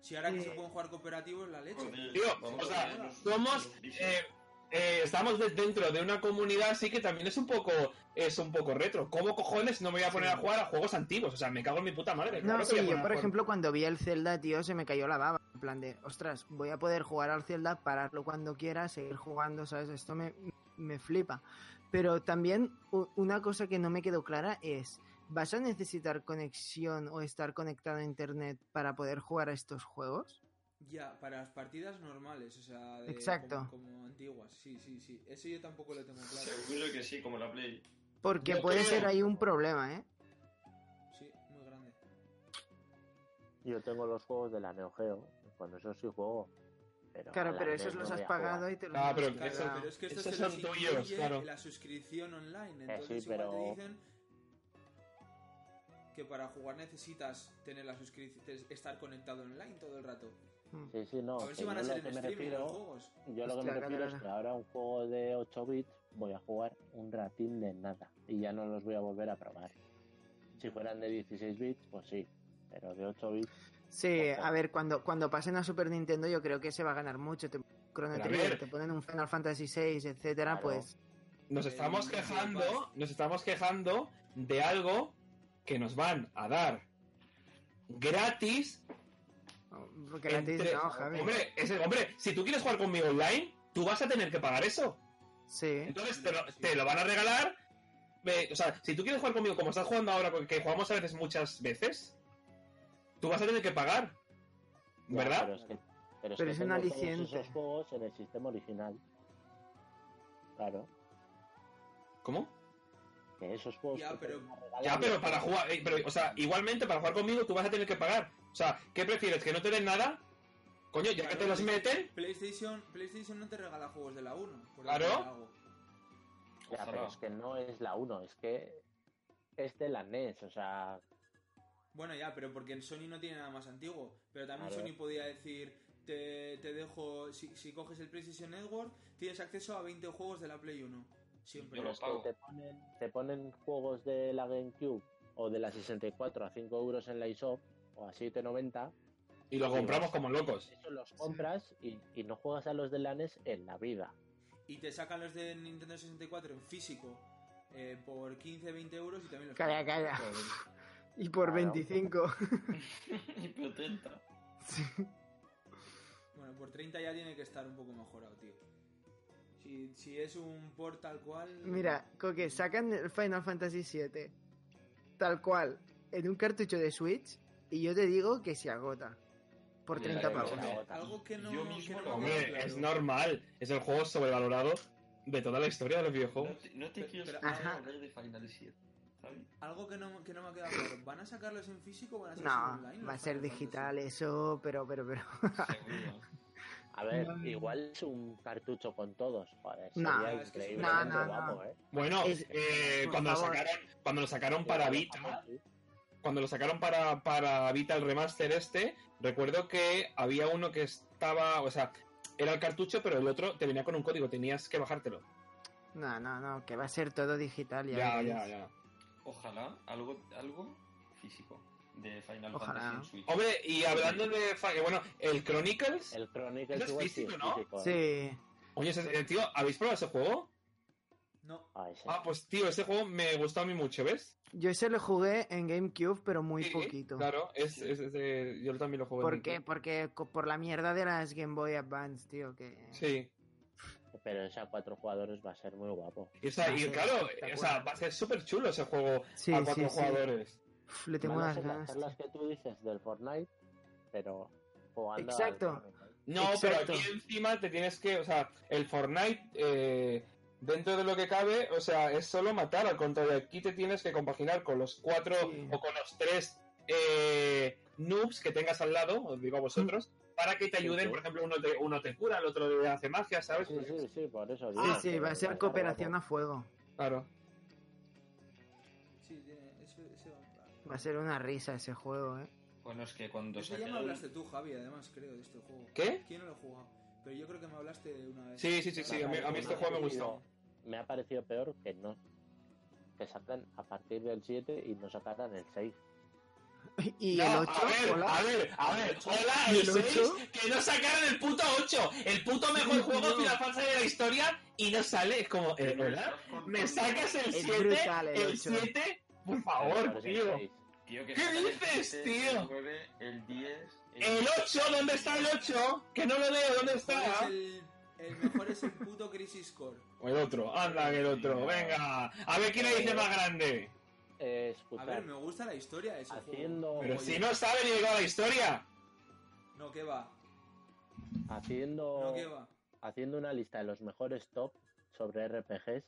S3: Si ahora que
S2: eh,
S3: se pueden jugar cooperativos, la leche.
S4: Joder,
S1: Tío,
S4: vamos
S1: o
S4: a
S1: sea,
S4: ver los-
S1: somos,
S4: los bichos.
S1: eh, eh, estamos de- dentro de una comunidad así que también es un poco es un poco retro. ¿Cómo cojones no me voy a poner a jugar a juegos antiguos? O sea, me cago en mi puta madre. claro
S2: No,
S1: que
S2: sí,
S1: voy a
S2: yo
S1: poner a
S2: por
S1: jugar.
S2: ejemplo cuando vi el Zelda, tío, se me cayó la baba. En plan de, ostras, voy a poder jugar al Zelda, pararlo cuando quiera, seguir jugando, ¿sabes? Esto me, me flipa. Pero también u- una cosa que no me quedó clara es, ¿vas a necesitar conexión o estar conectado a Internet para poder jugar a estos juegos?
S3: Ya, para las partidas normales, o sea, de-
S2: Exacto.
S3: Como, como antiguas, sí, sí, sí. Eso yo tampoco lo tengo claro.
S4: Seguro que sí, como la Play.
S2: Porque
S1: Yo
S2: puede
S1: creo-
S2: ser ahí un problema, ¿eh?
S3: Sí, muy grande.
S5: Yo tengo los juegos de la Neo Geo, con eso sí juego. Pero a
S2: Claro,
S5: la
S2: pero
S5: NES
S2: esos
S5: no
S2: los
S5: voy
S2: has
S5: a
S2: pagado
S5: jugar.
S2: y te los
S1: Ah,
S2: has
S1: pero
S3: Claro,
S1: eso-
S2: quitado.
S3: pero es que esto
S1: esos
S3: se los
S1: son tuyos,
S3: incluye
S1: claro.
S3: la suscripción online, entonces
S5: Eh, sí,
S3: igual
S5: pero-
S3: te dicen que para jugar necesitas tener la suscripción, estar conectado online todo el rato.
S5: Sí, sí, no.
S3: a ver si
S5: que
S3: van a
S5: yo
S3: ser
S5: lo que
S3: en
S5: me
S3: streaming
S5: refiero-
S3: los juegos.
S5: Yo lo que
S2: Hostia,
S5: me refiero es
S2: Catalana.
S5: que ahora un juego de 8 bits voy a jugar un ratín de nada y ya no los voy a volver a probar. Si fueran de 16 bits, pues sí, pero de 8 bits.
S2: Sí,
S5: Ojo.
S2: a ver, cuando, cuando pasen a Super Nintendo yo creo que se va a ganar mucho. Te, Chrono
S1: Pero a
S2: Trigger,
S1: ver.
S2: te ponen un Final Fantasy VI, etcétera,
S5: Claro.
S2: pues...
S1: Nos
S3: Eh,
S1: estamos
S3: no sé,
S1: quejando, nos estamos quejando de algo que nos van a dar gratis.
S2: Gratis,
S1: entre-
S2: no, Javi.
S1: Hombre, ese, hombre, si tú quieres jugar conmigo online, tú vas a tener que pagar eso.
S2: Sí.
S1: Entonces te lo, te lo van a regalar. Ve, o sea, si tú quieres jugar conmigo como estás jugando ahora, porque jugamos a veces muchas veces, tú vas a tener que pagar.
S5: Ya,
S1: ¿Verdad?
S5: Pero es, que, pero
S2: Pero
S5: es, que
S2: es un
S5: tengo todos
S2: aliciente.
S5: esos juegos en el sistema original. Claro,
S1: ¿Cómo?
S5: que esos juegos.
S3: Ya,
S5: que te
S3: pero-
S5: van a regalar
S1: Ya, pero
S5: los-
S1: para jugar, eh, pero, o sea, igualmente para jugar conmigo tú vas a tener que pagar. O sea, ¿qué prefieres? ¿Que no te den nada? Coño, ya que
S3: Claro,
S1: te los
S3: sí.
S1: meten,
S3: PlayStation, PlayStation no te regala juegos de la 1. Por
S1: Claro.
S3: decir algo.
S5: Ya, pero
S4: Ojalá.
S5: es que no es la 1, es que es de la NES, o sea,
S3: Bueno, ya, pero porque en Sony no tiene nada más antiguo. Pero también
S5: Claro.
S3: Sony podía decir, te, te dejo, si, si coges el PlayStation Network, tienes acceso a 20 juegos de la Play 1. Siempre.
S4: Yo lo
S5: es que
S4: pago.
S5: te ponen, te ponen juegos de la GameCube o de la 64 a 5 euros en la eShop o a 7,90,
S1: y los
S5: Sí,
S1: compramos
S5: vas.
S1: como locos.
S5: eso los compras y, y no juegas a los de la NES en la vida.
S3: Y te sacan los de Nintendo 64 en físico eh, por 15, 20 euros y también los...
S2: Calla, calla.
S4: [LAUGHS]
S2: Y por
S5: Claro.
S2: 25.
S4: Y potenta.
S2: Sí.
S3: Bueno, por 30 ya tiene que estar un poco mejorado, tío. Si, si es un port tal cual...
S2: [LAUGHS] Mira, Coque, sacan el Final Fantasy VII tal cual en un cartucho de Switch y yo te digo que se agota por
S4: Mira,
S2: 30
S4: eh,
S2: pavos.
S4: escúchame,
S3: Algo que no...
S4: Yo
S3: que
S4: mismo
S3: no
S4: lo-
S3: me queda
S1: Hombre,
S3: claro.
S1: es normal. Es el juego sobrevalorado de toda la historia de los
S4: No
S1: videojuegos.
S4: te, no te
S3: Pero-
S4: quiero
S3: pero-
S4: escuchar
S2: Ajá.
S4: hablar de Final 7, ¿sabes?
S2: [LAUGHS]
S3: Algo que no, que no me ha quedado claro. ¿Van a sacarlos en físico o van a ser solo
S2: No,
S3: online? los
S2: va a ser
S3: Final Fantasy?
S2: digital eso, pero, pero, pero.
S4: Seguro.
S5: A ver,
S2: No, no, no.
S5: igual es un cartucho con todos, joder,
S2: No,
S5: sería
S3: es que es
S5: increíble,
S2: un- No,
S5: pero
S2: no,
S5: vamos,
S2: no.
S5: ¿eh?
S1: Bueno,
S2: Es-
S1: eh,
S2: por
S1: cuando, lo
S2: favor.
S1: sacaron, cuando lo sacaron para Vita,
S5: Sí,
S1: cuando lo sacaron para, para Vita el remaster este, recuerdo que había uno que estaba, o sea, era el cartucho, pero el otro te venía con un código, tenías que bajártelo.
S2: No, no, no, que va a ser todo digital. Ya,
S1: Ya,
S2: veréis.
S1: ya, ya.
S4: Ojalá algo, algo físico de Final
S2: Ojalá.
S4: Fantasy en Switch.
S1: Hombre, y hablando de. fa- eh, Bueno, el Chronicles.
S5: El Chronicles
S1: Eso es
S5: igual sí
S1: físico, ¿no?
S5: físico, ¿eh?
S2: Sí,
S1: Oye, ese- eh, tío, ¿habéis probado ese juego?
S3: No.
S5: Ah, ese.
S1: Ah, pues tío, ese juego me gustó a mí mucho, ¿ves?
S2: yo ese lo jugué en GameCube, pero muy
S1: Sí,
S2: poquito.
S1: Claro, es, es- es de- yo también lo jugué. en
S2: ¿Por
S1: mi-
S2: qué? Porque co- por la mierda de las Game Boy Advance, tío, que...
S1: Sí.
S5: Pero esa cuatro jugadores va a ser muy guapo.
S1: Y, o sea,
S2: Va a
S1: y
S2: ser
S1: claro,
S2: espectacular.
S1: o sea, va a ser súper chulo ese juego
S2: Sí,
S1: a
S2: sí,
S1: cuatro
S2: sí.
S1: jugadores.
S2: Uf, le tengo
S5: Van a
S2: unas
S5: ser las
S2: ganas.
S5: charlas que tú dices del Fortnite, pero jugando al
S2: Exacto.
S5: Chronicles.
S1: No,
S2: Exacto.
S1: pero aquí encima te tienes que, o sea, el Fortnite, eh, dentro de lo que cabe, o sea, es solo matar, al contrario, aquí te tienes que compaginar con los cuatro
S2: Sí.
S1: o con los tres eh, noobs que tengas al lado, os digo a vosotros,
S2: Mm.
S1: para que te
S5: Sí,
S1: ayuden,
S5: sí.
S1: por ejemplo, uno te, uno te cura, el otro te hace magia, ¿sabes?
S5: Sí, sí, sí, por eso.
S2: Sí,
S1: Ah,
S5: digo,
S2: sí,
S5: que
S2: va a ser
S5: estar
S2: cooperación
S5: guapo.
S2: a fuego.
S1: Claro.
S3: Sí, tiene- eso, eso va a entrar.
S2: Va a ser una risa ese juego, ¿eh? [LAUGHS]
S4: Bueno, es que cuando
S3: Eso ya me
S4: sacaron-
S3: hablaste tú, Javi, además, creo, de este juego.
S1: ¿Qué?
S3: ¿Quién no lo ha jugado? Pero yo creo que me hablaste de una vez.
S1: Sí, sí, sí, sí, a mí, a mí este juego me gustó.
S5: gustó. Me ha parecido peor que no. Que sacan a partir del 7 y no sacaran el 6.
S2: ¿Y
S1: No,
S2: el 8?
S1: a ver,
S2: Hola.
S1: a ver, a ver, hola,
S2: ¿Y
S1: el,
S2: el
S1: 6,
S2: ocho?
S1: que no sacaron el puto 8, el puto mejor
S2: no.
S1: juego Final Fantasy de la historia y no sale, es como, eh, hola. ¿Me sacas el
S2: Es
S1: 7?
S2: brutal el
S1: ¿El
S2: ocho.
S1: 7? Por
S5: Pero
S1: favor,
S5: es el
S1: tío.
S5: 6.
S4: Tío, que
S1: ¿Qué
S4: sacan el
S1: dices,
S4: 7,
S1: tío?
S4: El 9, el 10...
S1: ¿El 8? ¿Dónde está el 8? Que no lo veo, ¿dónde
S3: ¿Cuál es
S1: está?
S3: el, el mejor es el puto Crisis Core.
S1: O el otro, anda, que el otro, venga. A ver quién le dice más grande.
S5: Eh,
S3: A
S5: escuchad,
S3: ver, me gusta la historia de ese
S5: haciendo,
S1: Pero si no sabe ni de toda la historia.
S3: juego. No, que va.
S5: haciendo,
S3: No, que va.
S5: haciendo una lista de los mejores top sobre RPGs,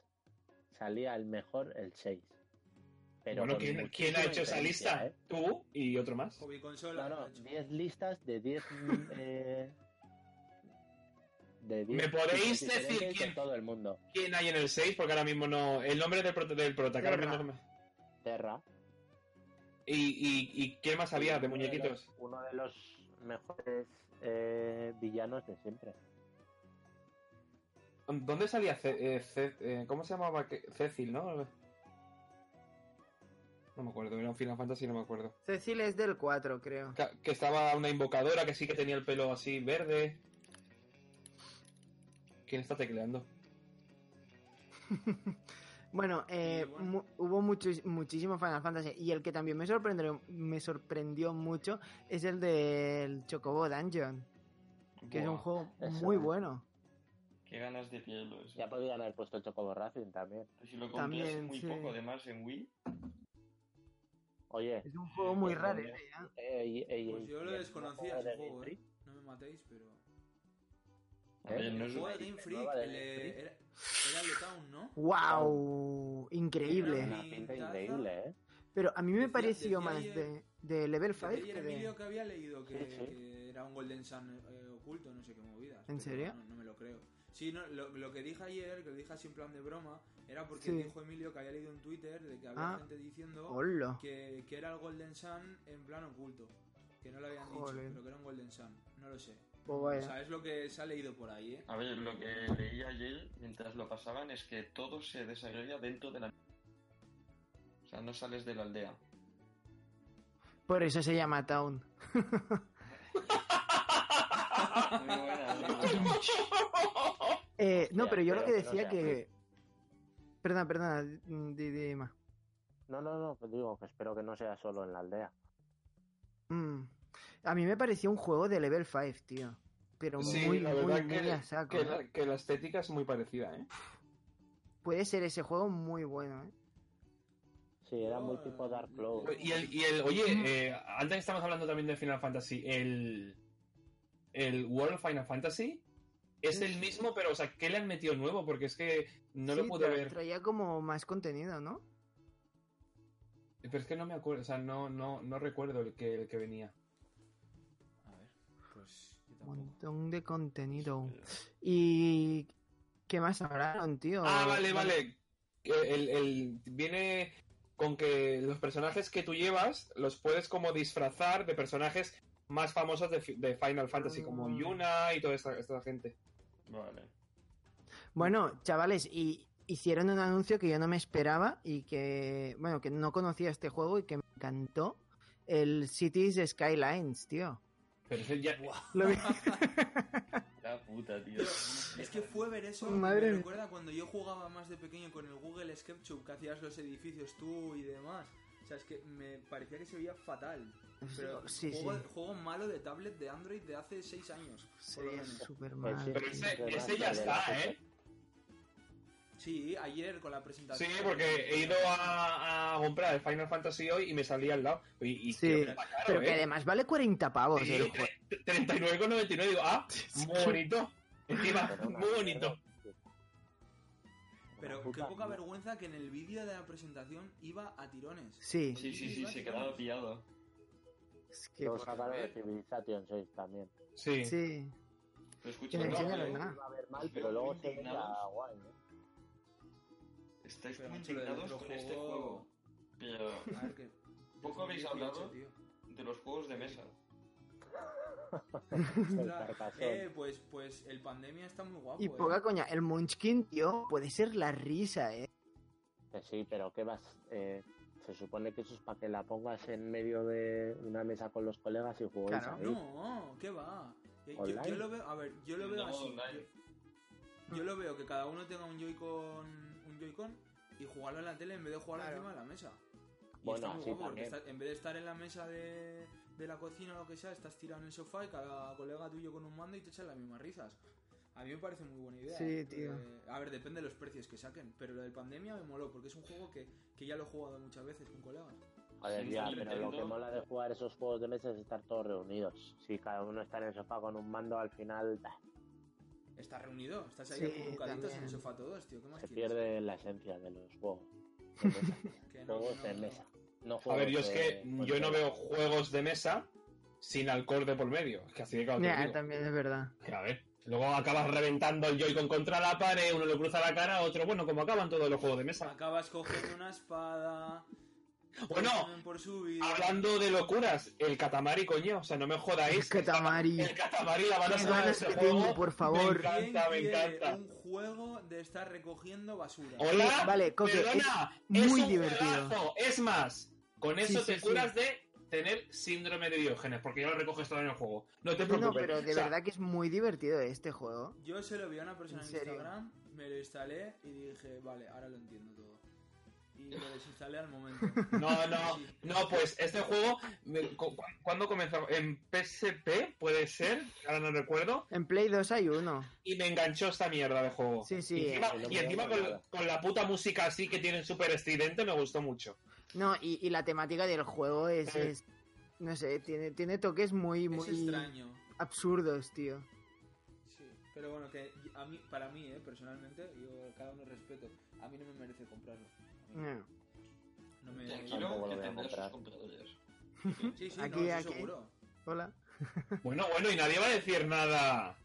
S5: salía el mejor el 6. Pero
S1: bueno,
S5: con
S1: ¿quién,
S5: muchísima
S1: quién ha hecho esa
S5: diferencia,
S1: lista?
S5: ¿eh?
S1: Tú y otro más.
S3: Hobby Consola.
S5: No, no,
S3: ha hecho.
S5: 10 listas de 10. eh, de 10
S1: ¿Me podéis
S5: tipos diferentes
S1: decir
S5: de
S1: quién?
S5: todo el mundo.
S1: ¿Quién hay en el 6? Porque ahora mismo no. El nombre del, prota- del prota, que ahora mismo no me-
S5: Terra.
S1: ¿Y, y, y quién más había de
S5: uno
S1: muñequitos?
S5: los- uno de los mejores eh, villanos de siempre.
S1: ¿Dónde salía Ce- eh, Ce- eh, ¿Cómo se llamaba? que- Cecil, ¿no? No me acuerdo, era un Final Fantasy, no me acuerdo.
S2: Cecil es del 4, creo.
S1: Ca- Que estaba una invocadora que sí que tenía el pelo así verde. ¿Quién está tecleando?
S2: Bueno, eh,
S3: Y bueno.
S2: mu- hubo muchos, muchísimo Final Fantasy. Y el que también me sorprendió, me sorprendió mucho es el del Chocobo Dungeon, que es un
S4: Buah,
S2: juego
S5: ese.
S2: muy bueno.
S4: qué Qué ganas de pillarlo eso.
S5: Ya podrían haber puesto el Chocobo Racing también.
S4: Pero si lo compras
S2: pues, También,
S4: muy
S2: sí.
S4: poco, además, en Wii.
S5: Oye,
S2: Es un juego muy raro, ¿eh? ya.
S5: eh, eh,
S3: Pues
S5: eh,
S3: yo lo
S5: eh,
S3: desconocía
S5: ¿no
S3: ese
S5: de
S3: juego,
S5: Game
S3: eh. No me matéis, pero.
S5: Freak?
S4: Eh,
S5: ¿Eh?
S4: no
S3: El
S4: es
S3: juego
S4: una
S3: de Game
S5: IP
S3: Freak,
S5: nueva de
S3: el,
S5: Game
S3: eh,
S5: Freak.
S3: era, era el de Town, ¿no?
S2: ¡Wow! Increíble.
S5: Una pinta
S3: Pintaza.
S5: increíble, ¿eh?
S2: Pero a mí me
S3: Decía- decía
S2: pareció más
S3: ayer-
S2: de, de level 5
S3: Ayer
S2: que
S3: el
S2: de...
S3: vídeo que había leído que,
S5: Sí, sí.
S3: que era un Golden Sun eh, oculto, no sé qué movidas.
S2: ¿En
S3: pero
S2: serio?
S3: No, no me lo creo. Sí, no, lo, lo que dije ayer, que lo dije así en plan de broma, era porque
S2: Sí.
S3: dijo Emilio que había leído en Twitter de que había
S2: Ah.
S3: gente diciendo
S2: ¡Holo!
S3: que, que era el Golden Sun en plan oculto. Que no lo habían
S2: Joder.
S3: dicho, pero que era un Golden Sun. No lo sé.
S2: Pues
S3: O
S2: vaya.
S3: sea, es lo que se ha leído por ahí, ¿eh?
S4: A ver, lo que leí ayer mientras lo pasaban es que todo se desagrega dentro de la. O sea, no sales de la
S3: [LAUGHS]
S4: aldea.
S2: Por eso se llama Town.
S4: Muy buena, muy buena.
S2: Eh, no,
S5: Ya,
S2: pero yo lo que
S5: pero que no
S2: decía
S5: sea
S2: que... Perdona, perdona, di- di- di más.
S5: No, no, no, pues digo que espero que no sea solo en la aldea.
S2: Mm. A mí me pareció un juego de level 5, tío. Pero
S1: Sí,
S2: muy,
S1: la
S2: muy,
S1: verdad
S2: muy
S1: que-
S2: a saco.
S1: Que
S2: ¿eh?
S1: la, que la estética es muy parecida, ¿eh?
S2: Puede ser ese juego muy bueno, ¿eh?
S5: Sí, era muy
S3: Yo,
S5: tipo
S3: eh,
S5: Dark Cloud.
S1: Y el, y el
S2: Mm.
S1: oye, eh, antes estamos hablando también de Final Fantasy. El, el World of Final Fantasy es el mismo, pero, o sea, ¿qué le han metido nuevo? Porque es que no lo
S2: Sí,
S1: pude
S2: tra-
S1: ver.
S2: Traía como más contenido, ¿no?
S1: Pero es que no me acuerdo, o sea, no, no, no recuerdo el que, el que venía.
S3: A ver, pues yo
S2: Un
S3: tampoco.
S2: montón de contenido. ¿Y qué más hablaron, tío?
S1: Ah, vale, vale. El, el- viene con que los personajes que tú llevas los puedes como disfrazar de personajes más famosos de, fi- de Final Fantasy, como
S2: Ah.
S1: Yuna y toda esta, esta gente.
S4: Vale.
S2: Bueno, chavales, y hicieron un anuncio que yo no me esperaba y que, bueno, que no conocía este juego y que me encantó. El Cities Skylines, tío.
S1: Pero ese ya-
S2: Lo vi- [LAUGHS]
S4: La puta, tío.
S3: Pero es que fue ver eso.
S2: Madre
S3: me
S2: mía.
S3: recuerda cuando yo jugaba más de pequeño con el Google SketchUp que hacías los edificios tú y demás. O sea, es que me parecía que se veía fatal. Pero
S2: [LAUGHS] sí, sí.
S3: juego, juego malo de tablet de Android de hace 6 años.
S2: Se
S3: por lo
S2: veía
S3: menos.
S2: súper
S5: Pues
S2: mal,
S5: sí.
S1: pero
S2: tío.
S1: ese, ese ya está, ¿eh?
S3: Sí, ayer con la
S1: Sí,
S3: presentación.
S1: porque he ido a, a comprar el Final Fantasy hoy y me salía al lado. Y, y
S2: Sí,
S1: tío, está caro,
S2: Pero que
S1: ¿eh?
S2: además vale 40 pavos
S1: Sí,
S2: el juego.
S1: tre- 39,99. Digo,
S2: [LAUGHS]
S1: ah, muy bonito. Encima,
S5: Pero una
S1: muy bonito.
S5: mierda.
S3: Pero
S5: Una
S3: qué
S5: puta
S3: poca
S5: mierda.
S3: vergüenza que en el vídeo de la presentación iba a tirones.
S2: Sí,
S4: Sí, sí, sí, se quedaba pillado.
S2: es que-
S5: Lo sacaron de
S3: ver.
S5: Civilization 6 también.
S1: Sí.
S2: sí.
S4: Pero
S2: Que
S4: escucha,
S2: no
S4: no,
S2: enseñaron
S4: pero
S2: nada.
S5: Iba a ver mal,
S4: Los
S5: pero
S4: veo
S5: luego
S4: muy
S5: se veía
S4: indignados.
S3: [LAUGHS]
S5: guay, ¿eh?
S4: Estáis
S3: Pero
S4: muy
S3: mucho lo del
S4: indignados
S3: otro
S4: con este
S3: juego.
S4: juego. Pero
S3: A ver qué.
S4: Poco habéis
S3: 2018,
S4: hablado.
S3: tío.
S4: de los juegos de mesa.
S5: [LAUGHS] El
S3: Ostras,
S5: Carcassonne.
S3: Eh, pues, pues el pandemia está muy guapo.
S2: Y
S3: eh.
S2: poca coña, el Munchkin, tío, puede ser la risa, ¿eh?
S5: Que sí, pero ¿qué vas? Eh, se supone que eso es para que la pongas en medio de una mesa con los colegas y juguéis
S2: Claro.
S5: ahí.
S3: No, ¿qué va? Eh, Yo,
S5: Online.
S3: yo lo veo, a ver, yo lo veo
S4: No,
S3: así.
S4: online.
S3: Yo, yo lo veo que cada uno tenga un Joy-Con, un Joy-Con y jugarlo en la tele en vez de jugarlo
S2: Claro.
S3: encima de la mesa. Y
S5: Bueno,
S3: está muy
S5: así
S3: guapo, porque
S5: también.
S3: está- en vez de estar en la mesa de, de la cocina o lo que sea, estás tirado en el sofá y cada colega tuyo con un mando y te echan las mismas risas. A mí me parece muy buena idea.
S2: Sí,
S3: eh,
S2: tío.
S3: porque- a ver, depende de los precios que saquen, pero lo del pandemia me moló porque es un juego que, que ya lo he jugado muchas veces con colegas.
S5: Joder,
S4: Sí,
S5: ya,
S4: sí,
S5: pero lo
S4: Nintendo.
S5: que mola de jugar esos juegos de mesa es estar todos reunidos. Si cada uno está en el sofá con un mando, al final bah,
S3: Estás reunido, estás ahí
S2: Sí,
S3: acurrucaditos en
S2: también.
S3: el sofá todos, tío. ¿Qué más
S5: se
S3: quieres?
S5: pierde la esencia de los
S3: [LAUGHS]
S5: juegos. de mesa.
S3: Que no,
S5: juegos
S3: que no,
S5: de
S3: que no.
S5: mesa. No
S1: A
S5: juegos
S1: ver, yo es
S5: de-
S1: que yo no veo juegos de mesa sin alcohol de por medio. Es que así de claro. te lo
S2: Ya,
S1: digo.
S2: también es verdad.
S1: Que a ver. Luego acabas reventando el Joy-Con contra la pared, uno le cruza la cara, otro, bueno, como acaban todos los juegos de mesa.
S3: Acabas cogiendo una espada.
S1: Bueno,
S3: todos por su
S2: Pues,
S3: vida.
S2: Ah,
S1: Hablando de locuras, el Katamari, coño, o sea, no me jodáis.
S2: Katamari.
S1: El Katamari, la banda
S2: Qué
S1: sonora de
S2: ganas
S1: ese
S2: que
S1: juego.
S2: tengo, por favor.
S1: Me encanta, me
S3: ¿Quién quiere
S1: encanta.
S3: Un juego de estar recogiendo basura.
S1: Hola.
S2: Eh, vale, Coque, es
S1: Perdona, es
S2: muy
S1: un
S2: divertido.
S1: juegazo. Es más, con eso
S2: Sí, sí,
S1: te curas de tener síndrome de Diógenes, porque ya lo recoges todo en el juego. No te
S2: No,
S1: preocupes.
S2: no, pero de
S1: O sea,
S2: verdad que es muy divertido este juego.
S3: Yo se lo vi a una persona
S2: ¿En
S3: en,
S2: serio?
S3: Instagram, me lo instalé y dije, vale, ahora lo entiendo todo. Y y lo desinstalé al
S2: [LAUGHS]
S3: momento.
S1: No, no,
S3: Sí.
S1: no, pues este juego, me- cu- cu- ¿cuándo comenzó? En PSP, puede ser, ahora no recuerdo,
S2: En Play 2 hay uno.
S1: y me enganchó esta mierda de juego.
S2: Sí,
S1: y
S2: sí.
S1: encima,
S5: eh,
S1: y encima con, con la puta música así que tienen súper estridente, me gustó mucho.
S2: No, y, y la temática del juego es,
S1: Eh.
S2: es- No sé, tiene, tiene toques muy,
S3: Es
S2: muy
S3: extraño.
S2: absurdos, tío.
S3: Sí, pero bueno, que a mí, para mí, eh, personalmente, yo cada uno respeto. A mí no me merece comprarlo. A mí
S2: No.
S3: no me-
S5: tampoco
S4: Tranquilo,
S5: lo
S4: que
S5: voy a
S4: tendrás sus
S5: comprar.
S4: compradores.
S3: Sí, sí,
S2: Aquí,
S3: no, eso
S2: aquí.
S3: seguro.
S2: Hola.
S1: Bueno, bueno, y nadie va a decir nada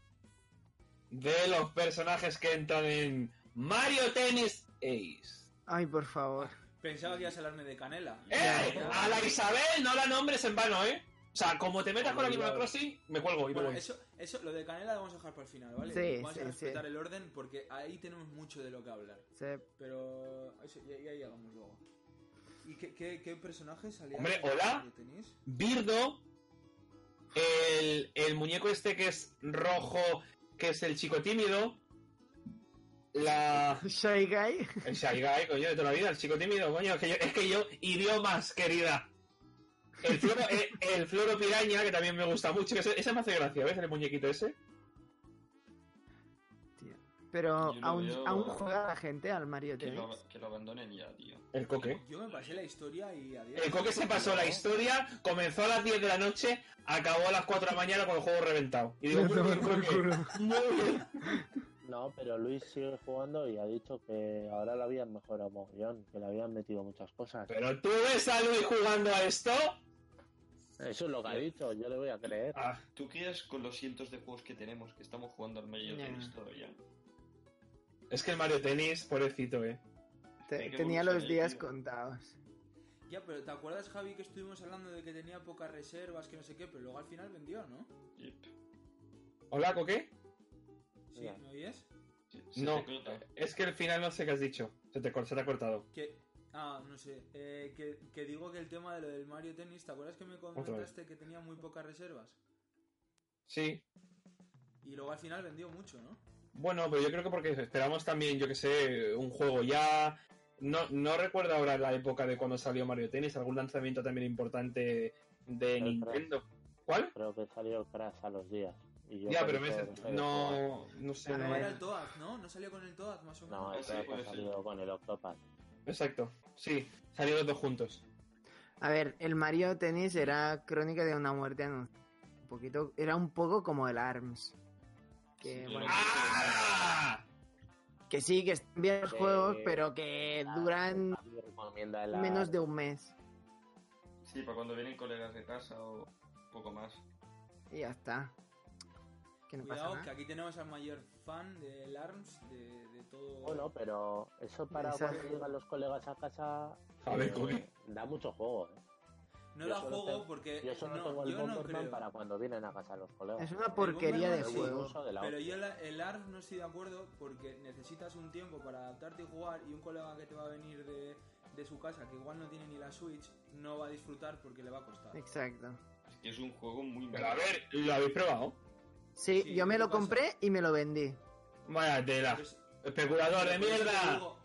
S1: de los personajes que entran en Mario Tennis Ace.
S2: Ay, por favor.
S1: Ah.
S3: Pensaba que ibas a hablarme de Canela.
S1: ¡Eh! A la Isabel no la nombres en vano, ¿eh? O sea, como te metas con Animal Crossing, me cuelgo y me
S3: Bueno,
S1: voy.
S3: eso, eso, lo de Canela lo vamos a dejar para el final, ¿vale?
S2: Sí,
S3: vamos
S2: sí,
S3: a
S2: sí.
S3: respetar el orden porque ahí tenemos mucho de lo que hablar.
S2: Se-
S3: Pero eso ya, ya llegamos luego. ¿Y qué, qué, qué personaje salía?
S1: Hombre,
S3: en el
S1: hola.
S3: que tenéis?
S1: Birdo, el, el muñeco este que es rojo, que es el chico tímido, la...
S2: Shy Guy.
S1: El Shy Guy, coño, de toda la vida, el chico tímido, coño, que yo- es que yo, idiomas, querida. El floro, el, el floro piraña, que también me gusta mucho, que ese, ese me hace gracia, ¿ves? El muñequito ese.
S2: Pero
S4: Yo no-
S2: aún,
S4: yo-
S2: aún juega la gente al Mario
S4: Que
S2: Tennis.
S4: lo, que lo abandonen ya, tío.
S1: El coque.
S3: Yo me pasé la historia y adiós.
S1: El coque se pasó la historia, comenzó a las 10 de la noche, acabó a las 4 de la mañana con el juego reventado. Y [LAUGHS] digo,
S2: Me
S1: muy
S2: toma
S1: bien,
S2: por
S1: coque.
S2: culo.
S1: [LAUGHS] Muy bien.
S5: No, pero Luis sigue jugando y ha dicho que ahora lo habían mejorado mogollón, que le habían metido muchas cosas.
S1: Pero tú ves a Luis jugando a esto.
S5: Eso es lo que ha dicho, yo le voy a creer.
S1: Ah,
S4: ¿Tú quedas con los cientos de juegos que tenemos que estamos jugando al medio
S2: Ya.
S4: de todavía?
S1: es que el Mario Tenis, pobrecito, eh.
S2: Te-
S4: Hay que
S2: tenía los
S4: evolucionar,
S2: días
S4: tío.
S2: contados.
S3: Ya, pero ¿te acuerdas, Javi, que estuvimos hablando de que tenía pocas reservas, que no sé qué, pero luego al final vendió, ¿no?
S4: Yep.
S1: Hola, coque.
S3: ¿Sí?
S5: Ya.
S3: ¿Me oyes?
S4: Se- se
S1: No.
S4: te corta.
S1: Es que el final no sé qué has dicho. Se te, cor- se te ha cortado.
S3: Que... Ah, no sé. Eh, que, que digo que el tema de lo del Mario Tennis, ¿te acuerdas que me comentaste que tenía muy pocas reservas?
S1: Sí.
S3: Y luego al final vendió mucho, ¿no?
S1: Bueno, pero yo creo que porque esperamos también, yo que sé, un juego ya. No, no recuerdo ahora la época de cuando salió Mario Tennis, algún lanzamiento también importante de
S5: Crash.
S1: Nintendo. ¿Cuál?
S5: Creo que salió Crash a los días. Y yo
S1: Ya,
S5: por
S1: pero
S5: eso
S1: me-
S5: dejé de jugar.
S1: no, no sé.
S2: A
S1: no-
S3: No
S2: ver.
S3: era el Toad, ¿no? No salió con el Toad, más o
S5: No,
S3: menos.
S5: el
S4: Sí,
S5: Crash
S4: puede
S5: ha
S4: ser.
S5: salido con el Octopath.
S1: Exacto. Sí, salieron los dos juntos.
S2: A ver, el Mario Tennis era crónica de una muerte anunciada. Un poquito, era un poco como el ARMS. Que,
S4: Sí,
S2: bueno,
S4: pero-
S1: ¡Ah!
S2: que sí, que están bien los
S5: Sí.
S2: juegos, pero que duran
S5: A mí me recomienda el
S2: menos de un mes.
S4: Sí, para cuando vienen colegas de casa o un poco más.
S2: Y ya está. Que no pasa
S3: Cuidado, que
S2: nada.
S3: aquí tenemos al mayor fan del ARMS, de, de todo...
S5: Bueno, pero eso para
S2: Exacto.
S5: cuando llegan los colegas a casa.
S1: A ver,
S5: eh,
S1: coge.
S5: Da mucho juego, ¿eh?
S3: no
S5: yo
S3: la
S5: solo
S3: juego
S5: tengo-
S3: porque...
S5: Yo solo
S3: no,
S5: tengo el
S3: yo no
S5: Bomberman
S3: creo.
S5: para cuando vienen a casa los colegas.
S2: Es una porquería
S3: Bomberman
S2: de
S5: Es un
S2: juego.
S5: uso de la
S3: Pero
S5: hostia.
S3: yo la- el ARF no estoy de acuerdo porque necesitas un tiempo para adaptarte y jugar y un colega que te va a venir de, de su casa que igual no tiene ni la Switch no va a disfrutar porque le va a costar.
S2: Exacto.
S4: Es que es un juego muy
S1: Pero a
S4: malo.
S1: ver, ¿lo habéis probado?
S2: Sí,
S3: Sí,
S2: yo me
S3: ¿qué
S2: lo
S3: pasa?
S2: compré y me lo vendí.
S1: Vaya tela.
S3: Entonces,
S1: Especulador Ah, de
S3: por eso te
S1: mierda.
S3: digo-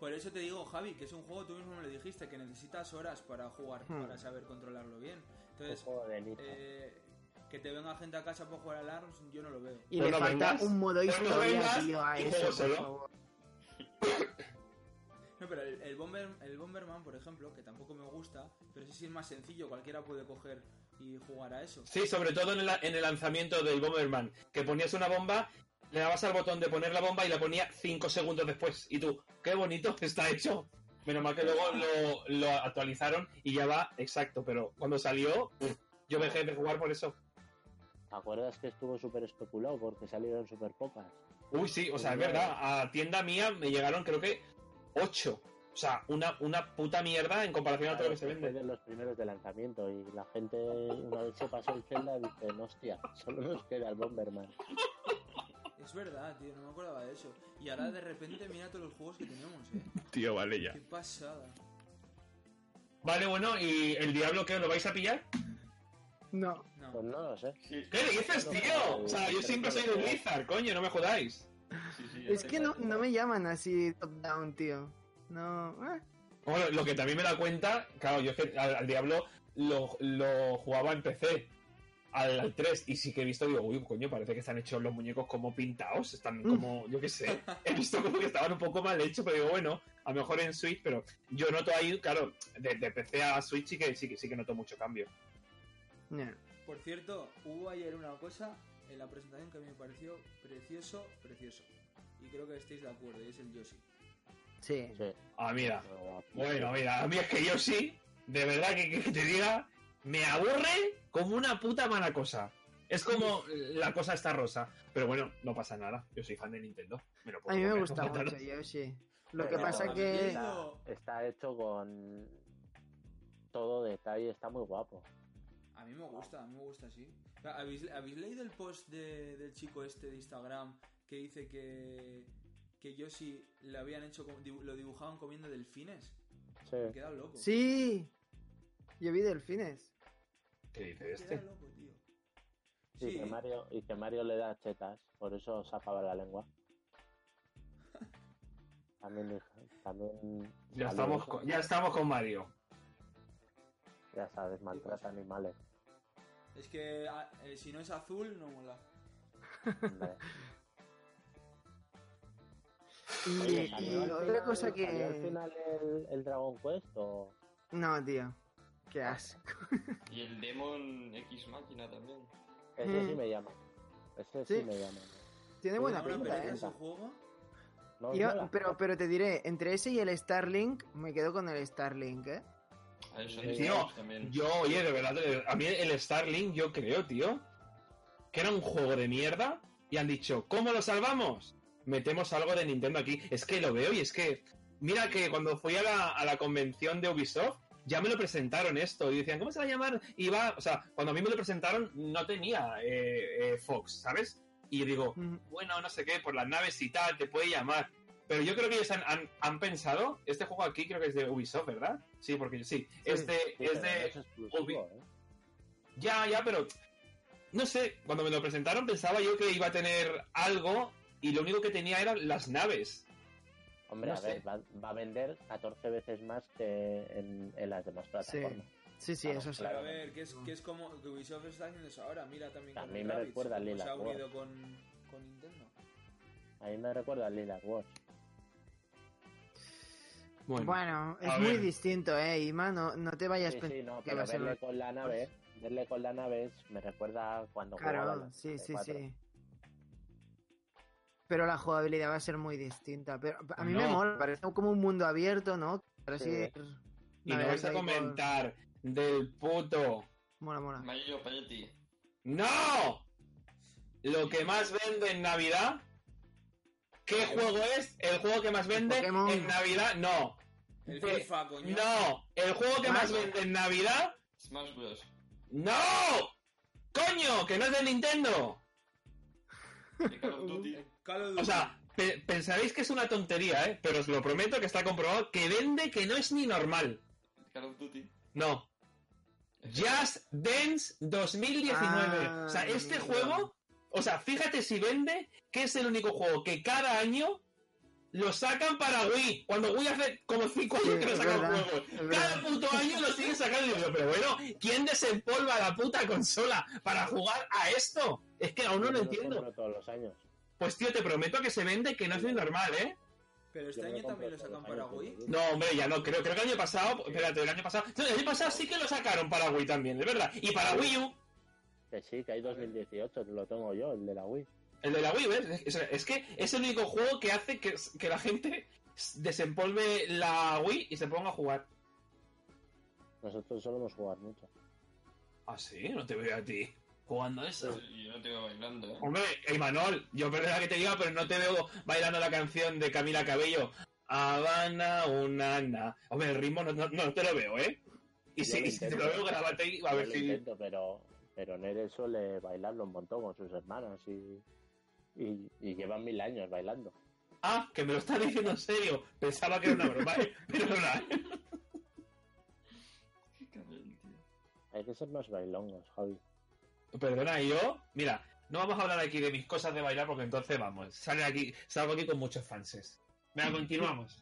S3: Por eso te digo, Javi, que es un juego, tú mismo me lo dijiste, que necesitas horas para jugar,
S2: Hmm.
S3: para saber controlarlo bien.
S5: Es
S3: Entonces,
S5: un juego de nicho.
S3: eh, que te venga gente a casa para jugar al ARMS, yo no lo veo.
S2: Y
S1: Pues
S2: le
S1: no
S2: falta
S1: vengas,
S2: un modo
S1: pues no
S2: historia,
S1: vengas
S2: tío, a
S1: y
S2: eso, por
S1: juégaselo.
S2: favor.
S3: No, pero el, el Bomber- el Bomberman, por ejemplo, que tampoco me gusta, pero ese sí es más sencillo, cualquiera puede coger y jugar a eso.
S1: Sí, sobre todo en, la- en el lanzamiento del Bomberman, que ponías una bomba, le dabas al botón de poner la bomba y la ponía 5 segundos después. Y tú, qué bonito que está hecho. Menos mal que luego lo, lo actualizaron y ya va exacto, pero cuando salió, pff, yo me dejé de jugar por eso.
S5: ¿Te acuerdas que estuvo súper especulado porque salieron súper pocas?
S1: Uy, sí, o sea, es verdad, a tienda mía me llegaron creo que 8. O sea, una, una puta mierda en comparación a todo lo que se
S5: Claro,
S1: vende.
S5: fue de los primeros de lanzamiento y la gente una vez se pasó el Zelda dice, hostia, solo nos queda el Bomberman.
S3: Es verdad, tío, no me acordaba de eso. Y ahora de repente mira todos los juegos que tenemos, eh.
S1: Tío, vale ya.
S3: Qué pasada.
S1: Vale, bueno, ¿y el diablo qué? ¿Lo vais a pillar?
S2: No.
S3: No.
S5: Pues no lo sé.
S4: Sí,
S1: ¿Qué le dices, tío? O sea, yo siempre soy de Blizzard, coño, no me jodáis.
S4: sí, sí,
S2: Es
S4: ya
S2: que
S4: te-
S2: no, no me llaman así top-down, tío. No. eh,
S1: Bueno, lo que también me da cuenta, claro, yo es que al, al Diablo lo, lo jugaba en PC al, al 3 y sí que he visto, digo, uy, coño, parece que están hechos los muñecos como pintados, están como, yo qué sé, [LAUGHS] he visto como que estaban un poco mal hechos, pero digo, bueno, a lo mejor en Switch, pero yo noto ahí, claro, de, de PC a Switch sí que, sí, que, sí que noto mucho cambio.
S2: Ya.
S3: Por cierto, hubo ayer una cosa en la presentación que me pareció precioso, precioso. Y creo que estáis de acuerdo, y es el Yoshi.
S2: Sí.
S5: Sí.
S1: Ah, mira,
S5: Pero,
S1: Bueno, mira, a mí es que yo sí, de verdad que, que te diga, me aburre como una puta mala cosa. Es como la cosa está rosa. Pero bueno, no pasa nada. Yo soy fan de Nintendo. Me lo
S2: A
S1: puedo
S2: mí me
S1: comer,
S2: gusta
S1: no pasa
S2: mucho
S1: nada.
S2: Yoshi. Lo que
S5: Pero
S2: pasa
S4: no,
S2: que...
S5: Está, está hecho con todo detalle, está muy guapo.
S3: A mí me gusta, a mí me gusta, sí. ¿Habéis, habéis leído el post de- del chico este de Instagram que dice que, que Yoshi le habían hecho, com- dibu- lo dibujaban comiendo delfines? Me he
S5: Sí.
S3: quedado loco.
S2: Sí. Yo vi delfines.
S1: [LAUGHS] ¿Qué
S3: Me he
S1: dices
S3: quedado
S1: este?
S3: loco, tío.
S5: Y,
S3: Sí,
S5: que Mario, y que Mario le da chetas, por eso sacaba
S3: [LAUGHS]
S5: la lengua. También, dije- también
S1: Ya
S5: salió
S1: estamos,
S5: eso.
S1: con, ya estamos con Mario.
S5: Ya sabes, maltrata animales.
S3: es que ah, eh, si no es azul, no mola.
S5: hombre.
S2: Y,
S5: Oye,
S2: y
S5: ¿salió al
S2: otra
S5: final-
S2: cosa
S5: ¿salió al
S2: que...
S5: final el, el Dragon Quest o...?
S2: No, tío. Qué asco.
S4: Y el Demon X Máquina también.
S5: Ese sí
S2: Mm.
S5: me llama. Ese sí,
S2: Sí.
S5: me llama.
S2: Tiene buena
S5: Ahora,
S3: ¿Ahora
S2: pinta,
S5: pero-
S2: ¿eh?
S3: ese juego?
S5: No,
S2: Yo-
S5: mola.
S2: pero, pero te diré, entre ese y el Starlink, me quedo con el Starlink, ¿eh?
S4: A eso
S5: Sí,
S1: tío,
S4: también.
S1: Yo, oye, de verdad, de- a mí el Starlink, yo creo, tío, que era un juego de mierda y han dicho, ¿cómo lo salvamos? Metemos algo de Nintendo aquí. Es que lo veo y es que, mira que cuando fui a la, a la convención de Ubisoft, ya me lo presentaron esto y decían, ¿cómo se va a llamar? Y va, o sea, cuando a mí me lo presentaron, no tenía eh, eh, Fox, ¿sabes? Y digo,
S2: Mm,
S1: bueno, no sé qué, por las naves y tal, te puede llamar. Pero yo creo que ellos han, han- han pensado, este juego aquí creo que es de Ubisoft, ¿verdad? Sí, porque sí, este
S5: Sí,
S1: es
S5: pero no
S1: de
S5: es exclusivo, ¿eh?
S1: ya, ya, pero. No sé, cuando me lo presentaron pensaba yo que iba a tener algo y lo único que tenía eran las naves.
S5: Hombre,
S1: No
S5: a
S1: sé.
S5: ver, va, va a vender 14 veces más que en, en las demás plataformas.
S2: Sí, sí,
S5: Claro,
S2: eso sí.
S3: Pero
S5: claro.
S3: a ver, que es, que es como que Ubisoft está haciendo eso ahora. Mira también
S5: A
S3: con
S5: mí
S3: el
S5: me
S3: Rabbids,
S5: recuerda al
S3: cómo se
S5: Lilac
S3: ha
S5: War.
S3: unido con, con Nintendo.
S5: A mí me recuerda al Lilac Watch.
S1: Bueno,
S2: Bueno, es
S1: a
S2: muy
S1: ver.
S2: distinto, ¿eh? Ima, no, no te vayas
S5: Sí, sí,
S2: pensando
S5: no,
S2: que va
S5: pero
S2: a ser pues
S5: verle
S2: lo-
S5: con la nave, eh, verle con la nave es- me recuerda cuando jugaba en
S2: Claro,
S5: la
S2: sí, sí,
S5: 64.
S2: sí. Pero la jugabilidad va a ser muy distinta. Pero a mí me
S1: No.
S2: mola, parece como un mundo abierto, ¿no? Para
S5: Sí.
S2: seguir
S1: y no vais
S2: navegando
S1: a
S2: ahí por-
S1: comentar del puto.
S2: Mola, mola.
S4: Mayo Payetti.
S1: ¡No! Lo que más vende en Navidad. ¿Qué juego es? El juego que más vende
S2: Pokémon.
S1: en Navidad. No.
S3: El
S1: Eh,
S3: FIFA, coño.
S1: No. El juego que más
S2: Mario.
S1: vende en Navidad.
S4: Smash
S2: [LAUGHS]
S4: Bros.
S1: ¡No! ¡Coño! ¡Que no es de Nintendo!
S4: De Call of Duty.
S3: El Call of Duty.
S1: O sea, pe- pensaréis que es una tontería, ¿eh? Pero os lo prometo que está comprobado que vende que no es ni normal.
S4: de Call of Duty.
S1: No. Just Dance 2019.
S2: Ah,
S1: o sea, este
S2: amigo.
S1: juego, o sea, fíjate si vende, que es el único juego que cada año lo sacan para Wii. Cuando Wii hace como 5 años
S2: Sí,
S1: que no [LAUGHS]
S2: es
S1: sacan
S2: verdad,
S1: juegos.
S2: es verdad.
S1: Cada puto año lo siguen sacando. Y digo, pero bueno, ¿quién desempolva la puta consola para jugar a esto? Es que aún no
S5: Yo
S1: lo
S5: me
S1: entiendo.
S5: compro todos los años.
S1: Pues tío, te prometo que se vende que no es ni normal, ¿eh?
S3: Pero
S5: Yo
S3: este
S5: me
S3: año
S5: compro
S3: también lo
S5: todos
S3: sacan
S5: los años
S3: para Wii.
S5: todos los
S1: No, hombre, ya no, creo, creo que el año pasado, espérate, el año pasado, no, el año pasado sí que lo sacaron para Wii también, es verdad, y para Wii U,
S5: Que sí, que hay 2018, lo tengo yo, el de la Wii.
S1: el de la Wii, ¿ves? Es, es que es el único juego que hace que, que la gente desempolve la Wii y se ponga a jugar.
S5: Nosotros solemos jugar mucho.
S1: Ah, sí, no te veo a ti jugando a eso.
S4: Y yo no te veo bailando, ¿eh?
S1: Hombre, Imanol, yo perdona que te diga, pero no te veo bailando la canción de Camila Cabello. Habana, una, na. Hombre, el ritmo no, no- no te lo veo, ¿eh? Y
S5: Yo
S1: si,
S5: lo
S1: y si te
S5: intento.
S1: lo veo, grábate y a
S5: Yo
S1: ver
S5: lo
S1: si...
S5: intento, pero, pero Nere suele bailarlo un montón con sus hermanos y, y, y llevan mil años bailando.
S1: Ah, que me lo está diciendo en serio. Pensaba que era una broma, eh. [LAUGHS] Perdona.
S4: Qué cabrón, tío.
S5: Hay que ser más bailongos, Javi.
S1: Perdona, y yo. Mira, no vamos a hablar aquí de mis cosas de bailar porque entonces vamos. Sale aquí, salgo aquí con muchos fanses. Venga, continuamos.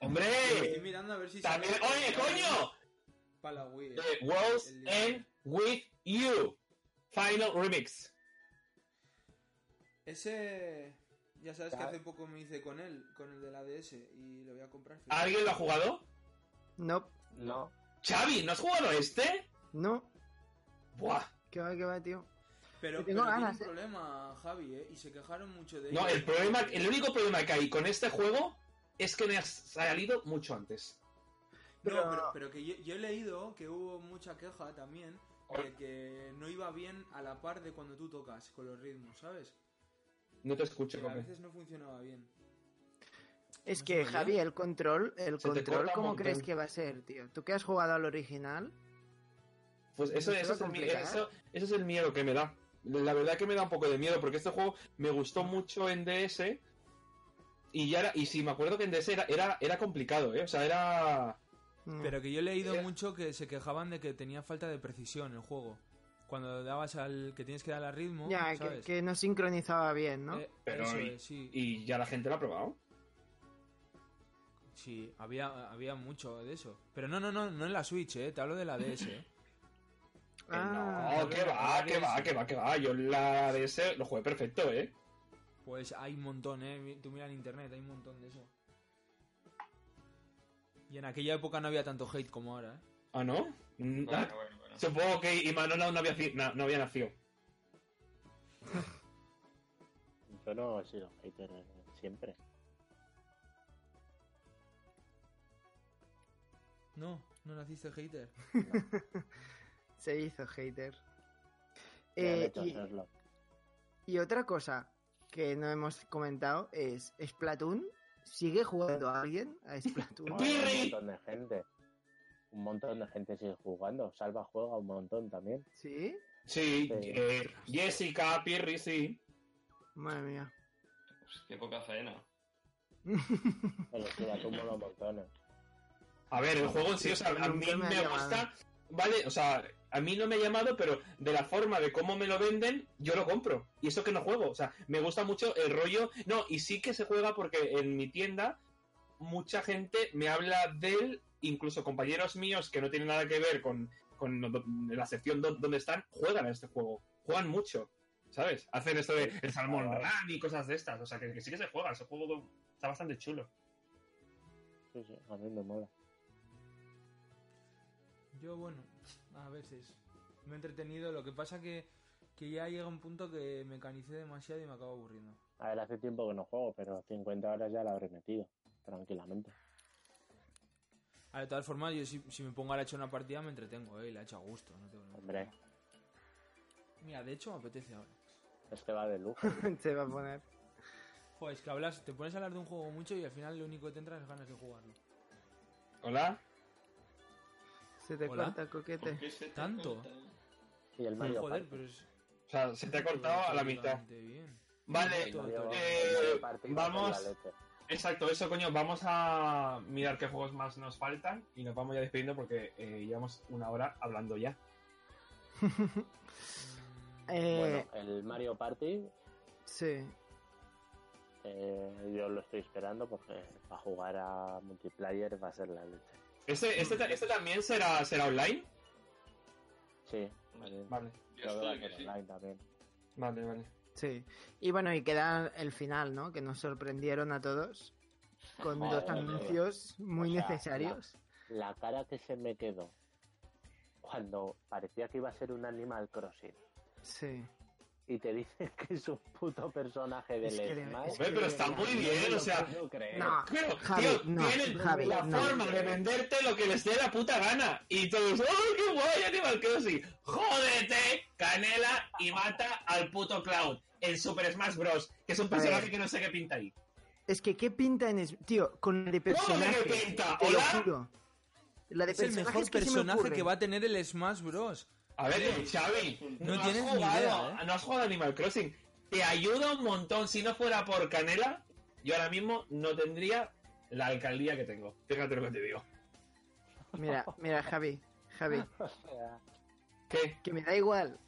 S3: Estoy
S1: ¡Hombre!
S3: mirando a ver si...
S1: También...
S3: sale-
S1: ¡Oye, coño!
S3: Para la Wii, eh.
S1: The World's
S3: El-
S1: End With You. Final Remix.
S3: Ese... Ya sabes que
S5: Ya.
S3: hace poco me hice con él, con el de la DS, y lo voy a comprar.
S1: ¿Alguien lo ha jugado?
S2: No,
S4: No.
S1: ¡Xavi, ¿no has jugado a este?
S2: no.
S1: ¡Buah!
S2: ¿Qué va, qué va, tío?
S3: Pero,
S2: Que tengo
S3: pero tiene
S2: ganas,
S3: un
S2: eh.
S3: problema, Javi, ¿eh? Y se quejaron mucho de
S1: No,
S3: ello.
S1: el problema, el único problema que hay con este juego es que me ha salido mucho antes.
S3: No,
S2: Pero-
S3: pero, pero que yo, yo he leído que hubo mucha queja también de que no iba bien a la par de cuando tú tocas con los ritmos, ¿sabes?
S1: No te escucho,
S3: Que a
S1: Coque.
S3: veces no funcionaba bien.
S2: Es
S3: ¿No
S2: que,
S3: sabía?
S2: Javi, el control, el
S1: Se te
S2: control,
S1: corta un
S2: ¿cómo
S1: montón.
S2: crees que va a ser, tío? ¿Tú que has jugado al original?
S1: Pues eso,
S2: ¿No se
S1: eso,
S2: va
S1: es el,
S2: a
S1: mi-
S2: complicar?
S1: eso- eso es el miedo que me da. La verdad que me da un poco de miedo, porque este juego me gustó mucho en DS. Y ya era- y sí, me acuerdo que en DS era, era, era complicado, ¿eh? O sea, era.
S2: No.
S3: Pero que yo he leído
S1: Eh.
S3: mucho que se quejaban de que tenía falta de precisión el juego. Cuando dabas al que tienes que dar al ritmo,
S2: ya, que,
S3: ¿sabes?
S2: que no sincronizaba bien, ¿no?
S3: Eh,
S1: Pero
S3: eso
S1: y-
S3: es, sí.
S1: Y ya la gente lo ha probado.
S3: Sí, había, había mucho de eso. Pero no, no, no, no en la Switch, ¿eh? Te hablo de la DS,
S1: [LAUGHS]
S3: ¿eh?
S2: ah,
S1: eh, no, que va, que va, que va, que va. Yo la DS lo jugué perfecto, ¿eh?
S3: Pues hay un montón, ¿eh? Mi- Tú mira en internet, hay un montón de eso. Y en aquella época no había tanto hate como ahora, ¿eh?
S1: ¿Ah, no? Mm, ah,
S4: Bueno, bueno, bueno.
S1: Supongo que Imanol no había, fi- na- no había nacido.
S5: Yo no he sido hater eh, siempre.
S3: No, no naciste hater.
S2: se hizo hater.
S5: Me han
S2: Eh,
S5: hecho
S2: y-
S5: hacerlo.
S2: Y otra cosa que no hemos comentado es Splatoon. ¿Sigue jugando alguien a
S5: [LAUGHS]
S2: Splatoon?
S5: Joder,
S1: Pirri.
S5: un montón de gente. Un montón de gente sigue jugando. Salva juega un montón también.
S2: ¿Sí?
S1: Sí,
S5: Sí.
S1: eh, Jessica, Pirri, sí.
S2: Madre mía. [LAUGHS]
S4: Pues qué poca faena.
S5: Pero sí, la tumba los montones.
S1: A ver, el juego en sí, o sea, a mí
S2: Nunca me ha
S1: me
S2: llamado.
S1: gusta, ¿vale? O sea, a mí no me ha llamado, pero de la forma de cómo me lo venden, yo lo compro. Y eso que no juego, o sea, me gusta mucho el rollo. No, y sí que se juega porque en mi tienda mucha gente me habla de él, incluso compañeros míos que no tienen nada que ver con, con do- la sección do- donde están, juegan a este juego. Juegan mucho, ¿sabes? Hacen esto de el salmón
S5: Ah, vale.
S1: run y cosas de estas. O sea, que, que sí que se juega, ese juego está bastante chulo.
S5: Sí, sí, a mí me mola.
S3: Yo, bueno, a veces me he entretenido. Lo que pasa que, que ya llega un punto que mecanicé demasiado y me acabo aburriendo.
S5: A ver, hace tiempo que no juego, pero 50 horas ya la habré metido. Tranquilamente.
S3: A ver, Ah, de todas formas, yo si, si me pongo ahora a echar una partida me entretengo, ¿eh? Y la echo a gusto, no tengo ningún
S5: Hombre.
S3: problema. Mira, de hecho me apetece ahora.
S5: Es que va de lujo.
S2: Se va a poner.
S3: Joder, es que hablas, te pones a hablar de un juego mucho y al final lo único que te entra es ganas de jugarlo.
S1: Hola.
S2: Se te
S3: Hola.
S2: corta el
S4: ¿Por
S2: coquete.
S4: qué se te
S3: ¿Tanto?
S4: corta?
S5: Y el Mario
S3: Joder,
S5: Party.
S3: pero es...
S1: O sea, se te ha cortado a la mitad.
S3: Bien.
S1: Vale,
S5: El Mario-
S1: eh,
S5: el Mario Party va a ser
S1: vamos.
S5: la leche.
S1: exacto, eso coño, vamos a mirar qué juegos más nos faltan y nos vamos ya despidiendo porque eh, llevamos una hora hablando ya.
S3: Mm,
S2: Eh,
S5: Bueno, el Mario Party
S2: Sí.
S5: eh, yo lo estoy esperando porque para jugar a multiplayer va a ser la leche.
S1: ¿Este, este, ta- este también será, será online?
S5: Sí,
S4: Vale.
S1: Vale,
S4: Yo
S5: lo veo
S4: estoy
S5: que
S4: que sí.
S5: online también.
S1: vale, vale.
S2: Sí. Y bueno, y queda el final, ¿no? Que nos sorprendieron a todos con
S5: Madre
S2: dos
S5: mía.
S2: anuncios muy
S5: O sea,
S2: necesarios.
S5: La cara que se me quedó cuando parecía que iba a ser un Animal Crossing
S2: Sí.
S5: y te dicen [LAUGHS] que es un puto personaje del
S2: Es que de-
S5: Smash.
S2: es que
S1: Hombre, pero está muy bien, o sea...
S5: No lo puedo creer.
S2: No,
S1: Pero,
S2: Javi,
S1: tío,
S2: no,
S1: tienen
S2: Javi,
S1: la
S2: no.
S1: forma de venderte lo que les dé la puta gana. Y todos, ¡oh, qué guay, Animal Crossing! ¡Jódete, canela y mata al puto Cloud! En Super Smash Bros., que es un personaje
S2: ver.
S1: que no sé qué pinta ahí.
S2: Es que qué pinta en es- tío, con la de
S1: ¿Cómo
S2: personaje.
S1: que qué pinta?
S2: Te lo
S1: ¿Hola?
S2: juro. La de
S3: Es el
S2: personajes
S3: mejor
S2: que se me
S3: personaje
S2: ocurren.
S3: que va a tener el Smash Bros.
S1: A ver, eh, Xavi, no,
S3: No
S1: has
S3: tienes ni
S1: jugado,
S3: idea, ¿eh?
S1: no has jugado a Animal Crossing. Te ayuda un montón. Si no fuera por Canela, yo ahora mismo no tendría la alcaldía que tengo. Fíjate lo que te digo.
S2: Mira, mira, Javi, Javi,
S1: ¿Qué?
S2: que me da igual.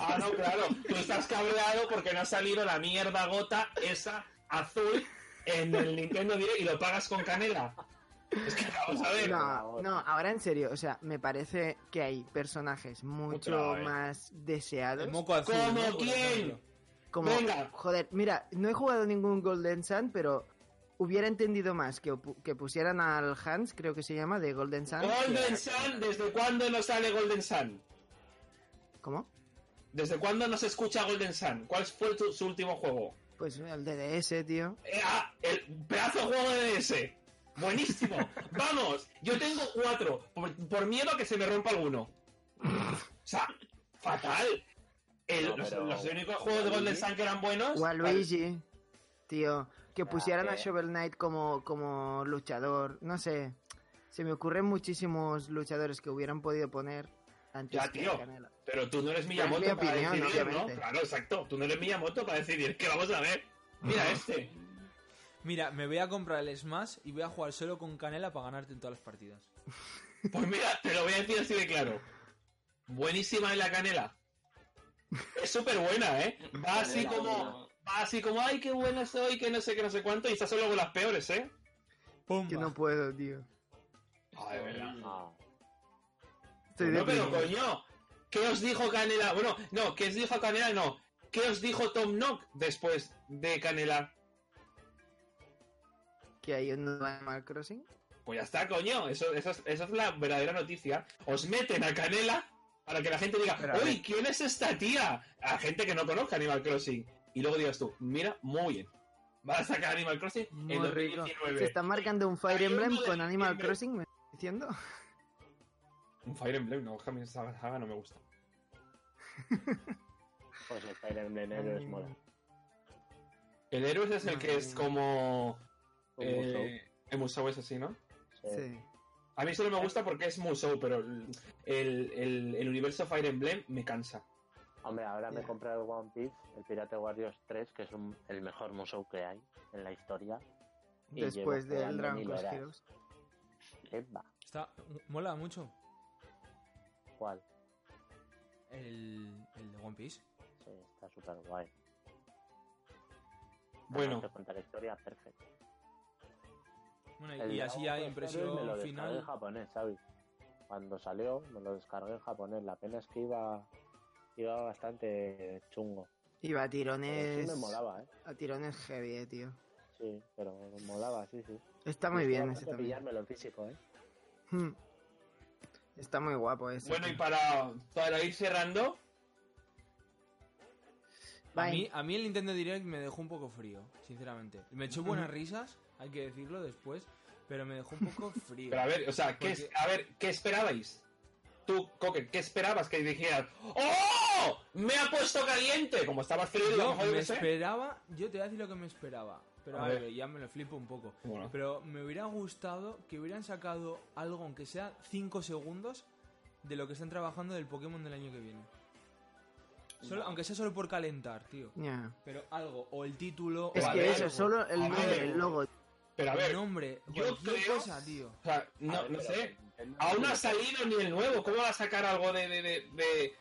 S1: Ah, no, claro. Tú estás cabreado porque no ha salido la mierda gota esa azul en el Nintendo Direct y lo pagas con canela. Es que vamos a ver.
S2: No, no, ahora en serio, o sea, me parece que hay personajes mucho
S1: Otra vez.
S2: más deseados.
S3: El moco azul.
S1: ¿Cómo
S3: ¿no? Por
S1: quién?
S3: ejemplo.
S2: Como,
S1: Venga.
S2: joder, mira, no he jugado ningún Golden Sun, pero hubiera entendido más que, pu- que pusieran al Hans, creo que se llama, de Golden Sun.
S1: Golden Sun, ¿desde cuándo no sale Golden Sun?
S2: ¿Cómo?
S1: ¿Desde cuándo no se escucha Golden Sun? ¿Cuál fue tu- su último juego?
S2: Pues el DDS, tío.
S1: Eh, ah, el pedazo de juego de DS. Buenísimo.
S5: [LAUGHS]
S1: Vamos, yo tengo cuatro. Por, por miedo a que se me rompa alguno. O sea, fatal. El-
S5: No,
S1: los,
S5: pero-
S1: los únicos juegos de Golden Sun que eran buenos.
S2: O a Luigi, tío. Que
S5: Ah,
S2: pusieran a
S5: eh.
S2: Shovel Knight como, como luchador. No sé. Se me ocurren muchísimos luchadores que hubieran podido poner antes
S1: Ya,
S2: que
S1: tío.
S2: Canelo.
S1: Pero tú no eres
S2: es
S1: Miyamoto
S2: mi
S1: para
S2: opinión,
S1: decidir,
S2: obviamente.
S1: ¿no? Claro, exacto. Tú no eres Miyamoto para decidir que vamos a ver. Mira este.
S3: Mira, me voy a comprar el Smash y voy a jugar solo con Canela para ganarte en todas las partidas.
S1: Pues mira, te lo voy a decir así de claro. Buenísima es la canela. Es súper buena, ¿eh? Va así
S5: Canela,
S1: como... Va así como, ay, qué buena soy, que no sé qué, no sé cuánto. Y estás solo con las peores, ¿eh?
S3: ¡Pum!
S2: Que no puedo, tío.
S1: Ay, Ah, de verdad.
S5: No.
S2: Estoy
S1: no, pero
S2: deprimido.
S1: coño, ¿qué os dijo Canela? Bueno, no, ¿qué os dijo Canela? No, ¿qué os dijo Tom Nock después de Canela?
S2: Que hay un nuevo Animal Crossing.
S1: Pues ya está, coño, eso, eso es, esa es la verdadera noticia. Os meten a Canela para que la gente diga,
S3: Pero a
S1: uy, ¿quién es esta tía? A gente que no conozca Animal Crossing. Y luego digas tú, mira, muy bien. Vas a sacar Animal Crossing
S2: Muy
S1: en
S2: rico.
S1: 2019.
S2: Se están marcando un Fire
S1: Hay uno
S2: Emblem
S1: de
S2: con Animal
S1: diciembre.
S2: Crossing, me estás diciendo.
S1: Un Fire Emblem, no, Jaime Saga no me gusta.
S5: Pues el Fire Emblem
S2: Mm.
S5: Heroes mola.
S1: El héroe es el
S2: Madre
S1: que es
S2: mía.
S1: como...
S5: Un
S1: eh,
S5: Mm. Musou,
S1: el Musou es así, ¿no?
S5: sí.
S2: Sí.
S1: A mí solo me gusta porque es Musou, pero el, el, el- el universo Fire Emblem me cansa.
S5: Hombre, ahora me he
S2: Ya.
S5: comprado el One Piece, el Pirate Warriors 3, que es un- el mejor museo que hay en la historia. Y
S2: Después del
S5: llevo jugando
S2: Dragon
S5: mil
S2: Quest
S5: horas.
S2: Heroes.
S5: ¿Qué va?
S3: Está, mola mucho.
S5: ¿Cuál?
S3: El, el de One Piece.
S5: Sí, está súper guay.
S1: Bueno,
S5: Te cuenta la historia perfecta.
S3: Bueno,
S5: El
S3: y- y así
S5: Dragon
S3: ya
S5: Quest Heroes me lo
S3: impresión
S5: descargué en
S3: final.
S5: japonés, ¿sabes? Cuando salió, me lo descargué en japonés. La pena es que iba, iba bastante chungo.
S2: Iba a
S5: Pero sí
S2: tirones.
S5: me molaba, ¿eh?
S2: A tirones heavy, eh, tío.
S5: Sí, pero me molaba, sí, sí.
S2: Está
S5: Me
S2: muy
S5: estuvo a
S2: bien
S5: punto
S2: ese
S5: de
S2: también.
S5: pillármelo en físico, ¿eh?
S2: Hmm. Está muy guapo ese.
S1: bueno y
S2: tío.
S1: para, para ir cerrando,
S3: A
S2: Vine.
S3: mí, a mí el Nintendo Direct me dejó un poco frío, sinceramente. Me echó buenas
S2: Ujú.
S3: risas, hay que decirlo después, pero me dejó un
S1: [LAUGHS]
S3: poco frío.
S1: pero a ver, o sea, ¿qué,
S3: Porque-
S1: a ver, ¿qué esperabais? Tú, Coque, ¿qué esperabas que dijeras? ¡Oh! ¡Me ha puesto caliente! Como estaba frío, a lo
S3: yo
S1: mejor yo
S3: me
S1: qué sé.
S3: esperaba, yo te voy a decir lo que me esperaba, pero
S1: A
S3: a
S1: ver.
S3: ver, ya me lo flipo un poco.
S1: Bueno,
S3: Pero me hubiera gustado que hubieran sacado algo, aunque sea 5 segundos, de lo que están trabajando del Pokémon del año que viene. Solo, aunque sea solo por calentar, tío.
S2: Ya.
S3: Pero algo, o el
S5: Oh,
S3: título,
S2: Es
S3: o
S1: a
S2: que
S1: ver,
S2: eso,
S1: logo.
S2: solo el
S1: A
S2: nombre,
S1: ver.
S2: el logo.
S1: pero a ver,
S3: el
S1: o
S3: nombre,
S1: yo
S3: cualquier
S1: creo-
S3: cosa, tío.
S1: sea,
S5: A
S1: no,
S5: ver,
S1: no
S5: pero
S1: sé.
S5: Nintendo
S1: Aún
S5: tiene
S1: no ha salido ni el nuevo. ¿Cómo va a sacar algo de- de- de- de,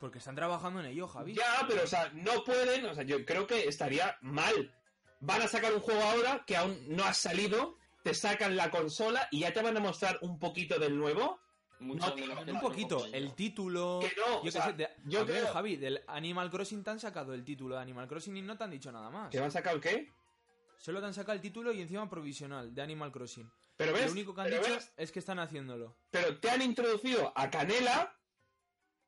S3: Porque están trabajando en ello, Javi.
S1: Ya, pero o sea, no pueden, o sea, yo creo que estaría mal. Van a sacar un juego ahora que aún no ha salido, te sacan la consola y ya te van a mostrar un poquito del nuevo.
S4: Mucho
S1: No,
S4: de lo
S1: tío,
S4: que
S3: Un
S4: la
S3: poquito,
S4: propondría.
S3: el título.
S1: Que no,
S3: yo
S1: o
S3: qué
S1: sea,
S3: sé, de-
S1: yo
S3: a ver,
S1: creo-
S3: Javi, del Animal Crossing te han sacado el título de Animal Crossing y no te han dicho nada más.
S1: ¿Que van a sacar qué?
S3: Solo te han sacado el título y encima provisional de Animal Crossing.
S1: Pero ves,
S3: Lo único que han
S1: pero,
S3: dicho
S1: ves,
S3: es que están haciéndolo.
S1: pero te han introducido a Canela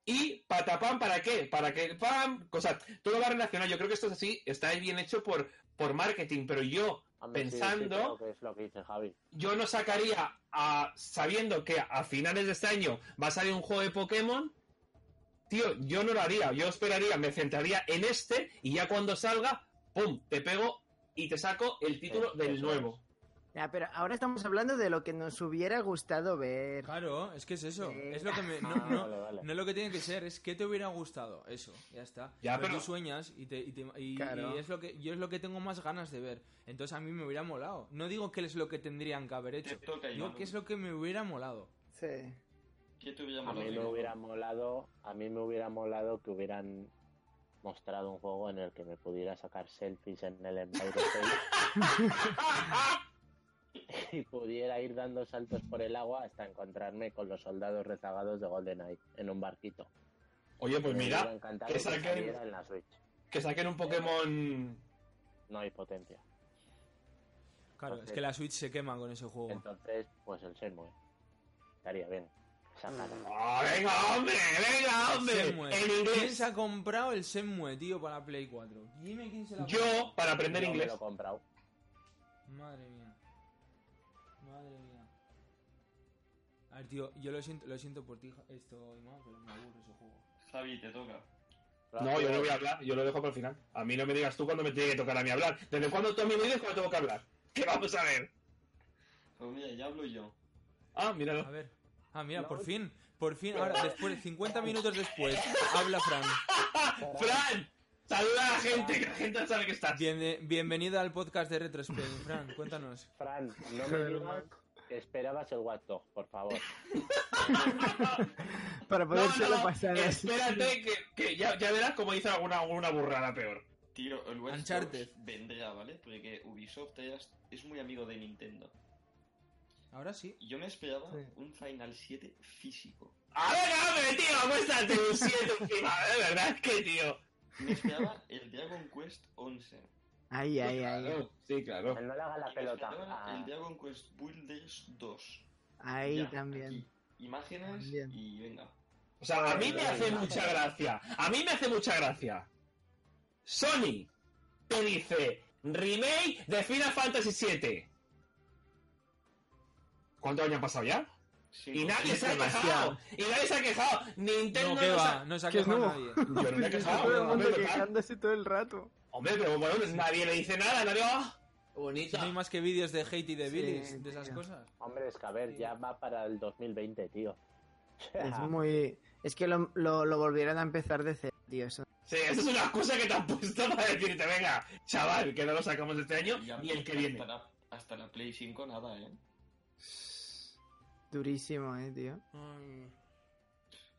S1: y Patapam, ¿para qué? Para que el Pam, o sea, todo va relacionado. Yo creo que esto es así, está bien hecho por, por marketing, pero yo,
S5: Hombre, sí, sí,
S1: pensando-
S5: creo que es lo que dice Javi.
S1: yo no sacaría a, sabiendo que a finales de este año va a salir un juego de Pokémon. Tío, yo no lo haría, yo esperaría, me centraría en este y ya cuando salga, ¡pum! Te pego y te saco el título
S5: Sí,
S1: del
S5: Eh, eso
S1: nuevo.
S2: Ya, pero ahora estamos hablando de lo que nos hubiera gustado ver.
S3: Claro, es que es eso.
S2: Sí.
S3: Es lo que me. No,
S5: Ah,
S3: no-
S5: vale, vale.
S3: no es lo que tiene que ser, es que te hubiera gustado. Eso, ya está.
S1: Ya, pero-
S3: tú sueñas y, te, y, te- y-
S2: Claro.
S3: y es lo que yo es lo que tengo más ganas de ver. Entonces a mí me hubiera molado. No digo que es lo que tendrían que haber hecho.
S4: Te toca,
S3: Digo
S4: Iván.
S3: que es lo que me hubiera molado.
S2: Sí.
S4: ¿Qué te hubiera
S5: A mí
S4: molado,
S5: me
S4: Iván?
S5: hubiera molado, a mí me hubiera molado que hubieran mostrado un juego en el que me pudiera sacar selfies en el Empire State [LAUGHS] y pudiera ir dando saltos por el agua hasta encontrarme con los soldados rezagados de GoldenEye en un barquito.
S1: Oye, pues
S5: Me hubiera
S1: mira,
S5: encantado
S1: que
S5: que
S1: saquen-
S5: saliera en la Switch.
S1: que saquen un Pokémon.
S5: No hay potencia.
S3: Claro, es
S5: Entonces-
S3: que la Switch se quema con ese
S1: Oh.
S3: juego.
S5: Entonces, pues el Shenmue. Estaría bien. Sacarlo.
S1: ¡Ah, venga, hombre! ¡Venga,
S3: Shenmue.
S1: hombre! En
S3: ¿Quién
S1: inglés.
S3: se ha comprado el Senmue, tío, para Play 4? Dime quién se lo ha
S1: Yo,
S3: comprado.
S1: para aprender
S5: Yo me
S1: inglés.
S5: lo he comprado.
S3: Madre mía. Madre mía. A ver, tío, yo lo siento, lo siento por ti, ja- esto, Ima, pero me aburre ese juego.
S4: Javi, te toca.
S1: No, yo no voy a hablar, yo lo dejo para el final. A mí no me digas tú cuando me tiene que tocar a mí hablar. ¿Desde cuándo tú a mí me dices cuando tengo que hablar? ¿Qué vamos a ver?
S4: Pues mira, ya hablo yo.
S1: Ah,
S3: A
S1: míralo.
S3: ver. Ah, mira, por fin. Por fin, ahora, después, 50 minutos después, habla Fran.
S1: ¡Fran! ¡Saluda a la gente! Que la gente no sabe que estás.
S3: Bienve- eh, bienvenido al podcast de Retrospect, Fran, cuéntanos.
S5: Fran, no me
S2: Joder,
S5: digas que esperabas el Watch Dogs, por favor.
S2: Para
S1: No,
S2: podérselo
S1: no, no,
S2: pasar así.
S1: Espérate, que, que ya, ya verás cómo hice alguna, alguna burrada peor.
S4: Tío, el West
S3: Uncharted.
S4: Coast vendrá, ¿vale? Porque Ubisoft ya es- es muy amigo de Nintendo.
S3: Ahora sí.
S4: Yo me esperaba
S2: Sí.
S4: un Final 7 físico.
S1: A ver, hombre, tío, apuéstate un 7 encima, de verdad es que, tío.
S4: Me
S1: [LAUGHS]
S4: esperaba el Dragon Quest 11.
S2: Ahí, ahí, ahí.
S1: Claro, sí, claro.
S5: No le hagas
S4: Y
S5: la
S4: me
S5: pelota.
S4: esperaba
S5: Ah,
S4: El Dragon Quest Builders 2.
S2: Ahí
S4: Ya,
S2: también.
S4: aquí. Imágenes
S2: También.
S4: y venga.
S1: O sea, a mí me hace mucha gracia. A mí me hace mucha gracia. Sony te dice remake de Final Fantasy VII. ¿Cuántos años han pasado ya? Y
S4: Cinco.
S1: nadie se ha
S2: Demasiado.
S1: quejado. Y nadie se ha quejado. Nintendo
S3: No, que
S1: nos
S3: va,
S1: ha-
S3: no se ha
S2: Que
S3: quejado
S2: no.
S3: nadie.
S1: Yo no me he quejado.
S2: Todo el mundo
S1: hombre, claro.
S2: quejándose todo el rato.
S1: Hombre, pero bueno, nadie le dice nada. Nadie va. Bonito.
S3: No hay más que vídeos de hate y de
S2: Sí,
S3: bilis, de esas
S2: tío.
S3: cosas.
S5: Hombre, es que a ver, ya va para el 2020, tío.
S2: Es
S5: [LAUGHS]
S2: muy. Es que lo, lo, lo volvieron a empezar de cero, tío. Eso.
S1: Sí, esa es una excusa que te han puesto [LAUGHS] para decirte, venga, chaval, que no lo sacamos este año
S4: Y ya-
S1: ni el que viene.
S4: Hasta la, hasta la Play 5 nada, ¿eh?
S2: Durísimo, eh, tío.
S3: Ay,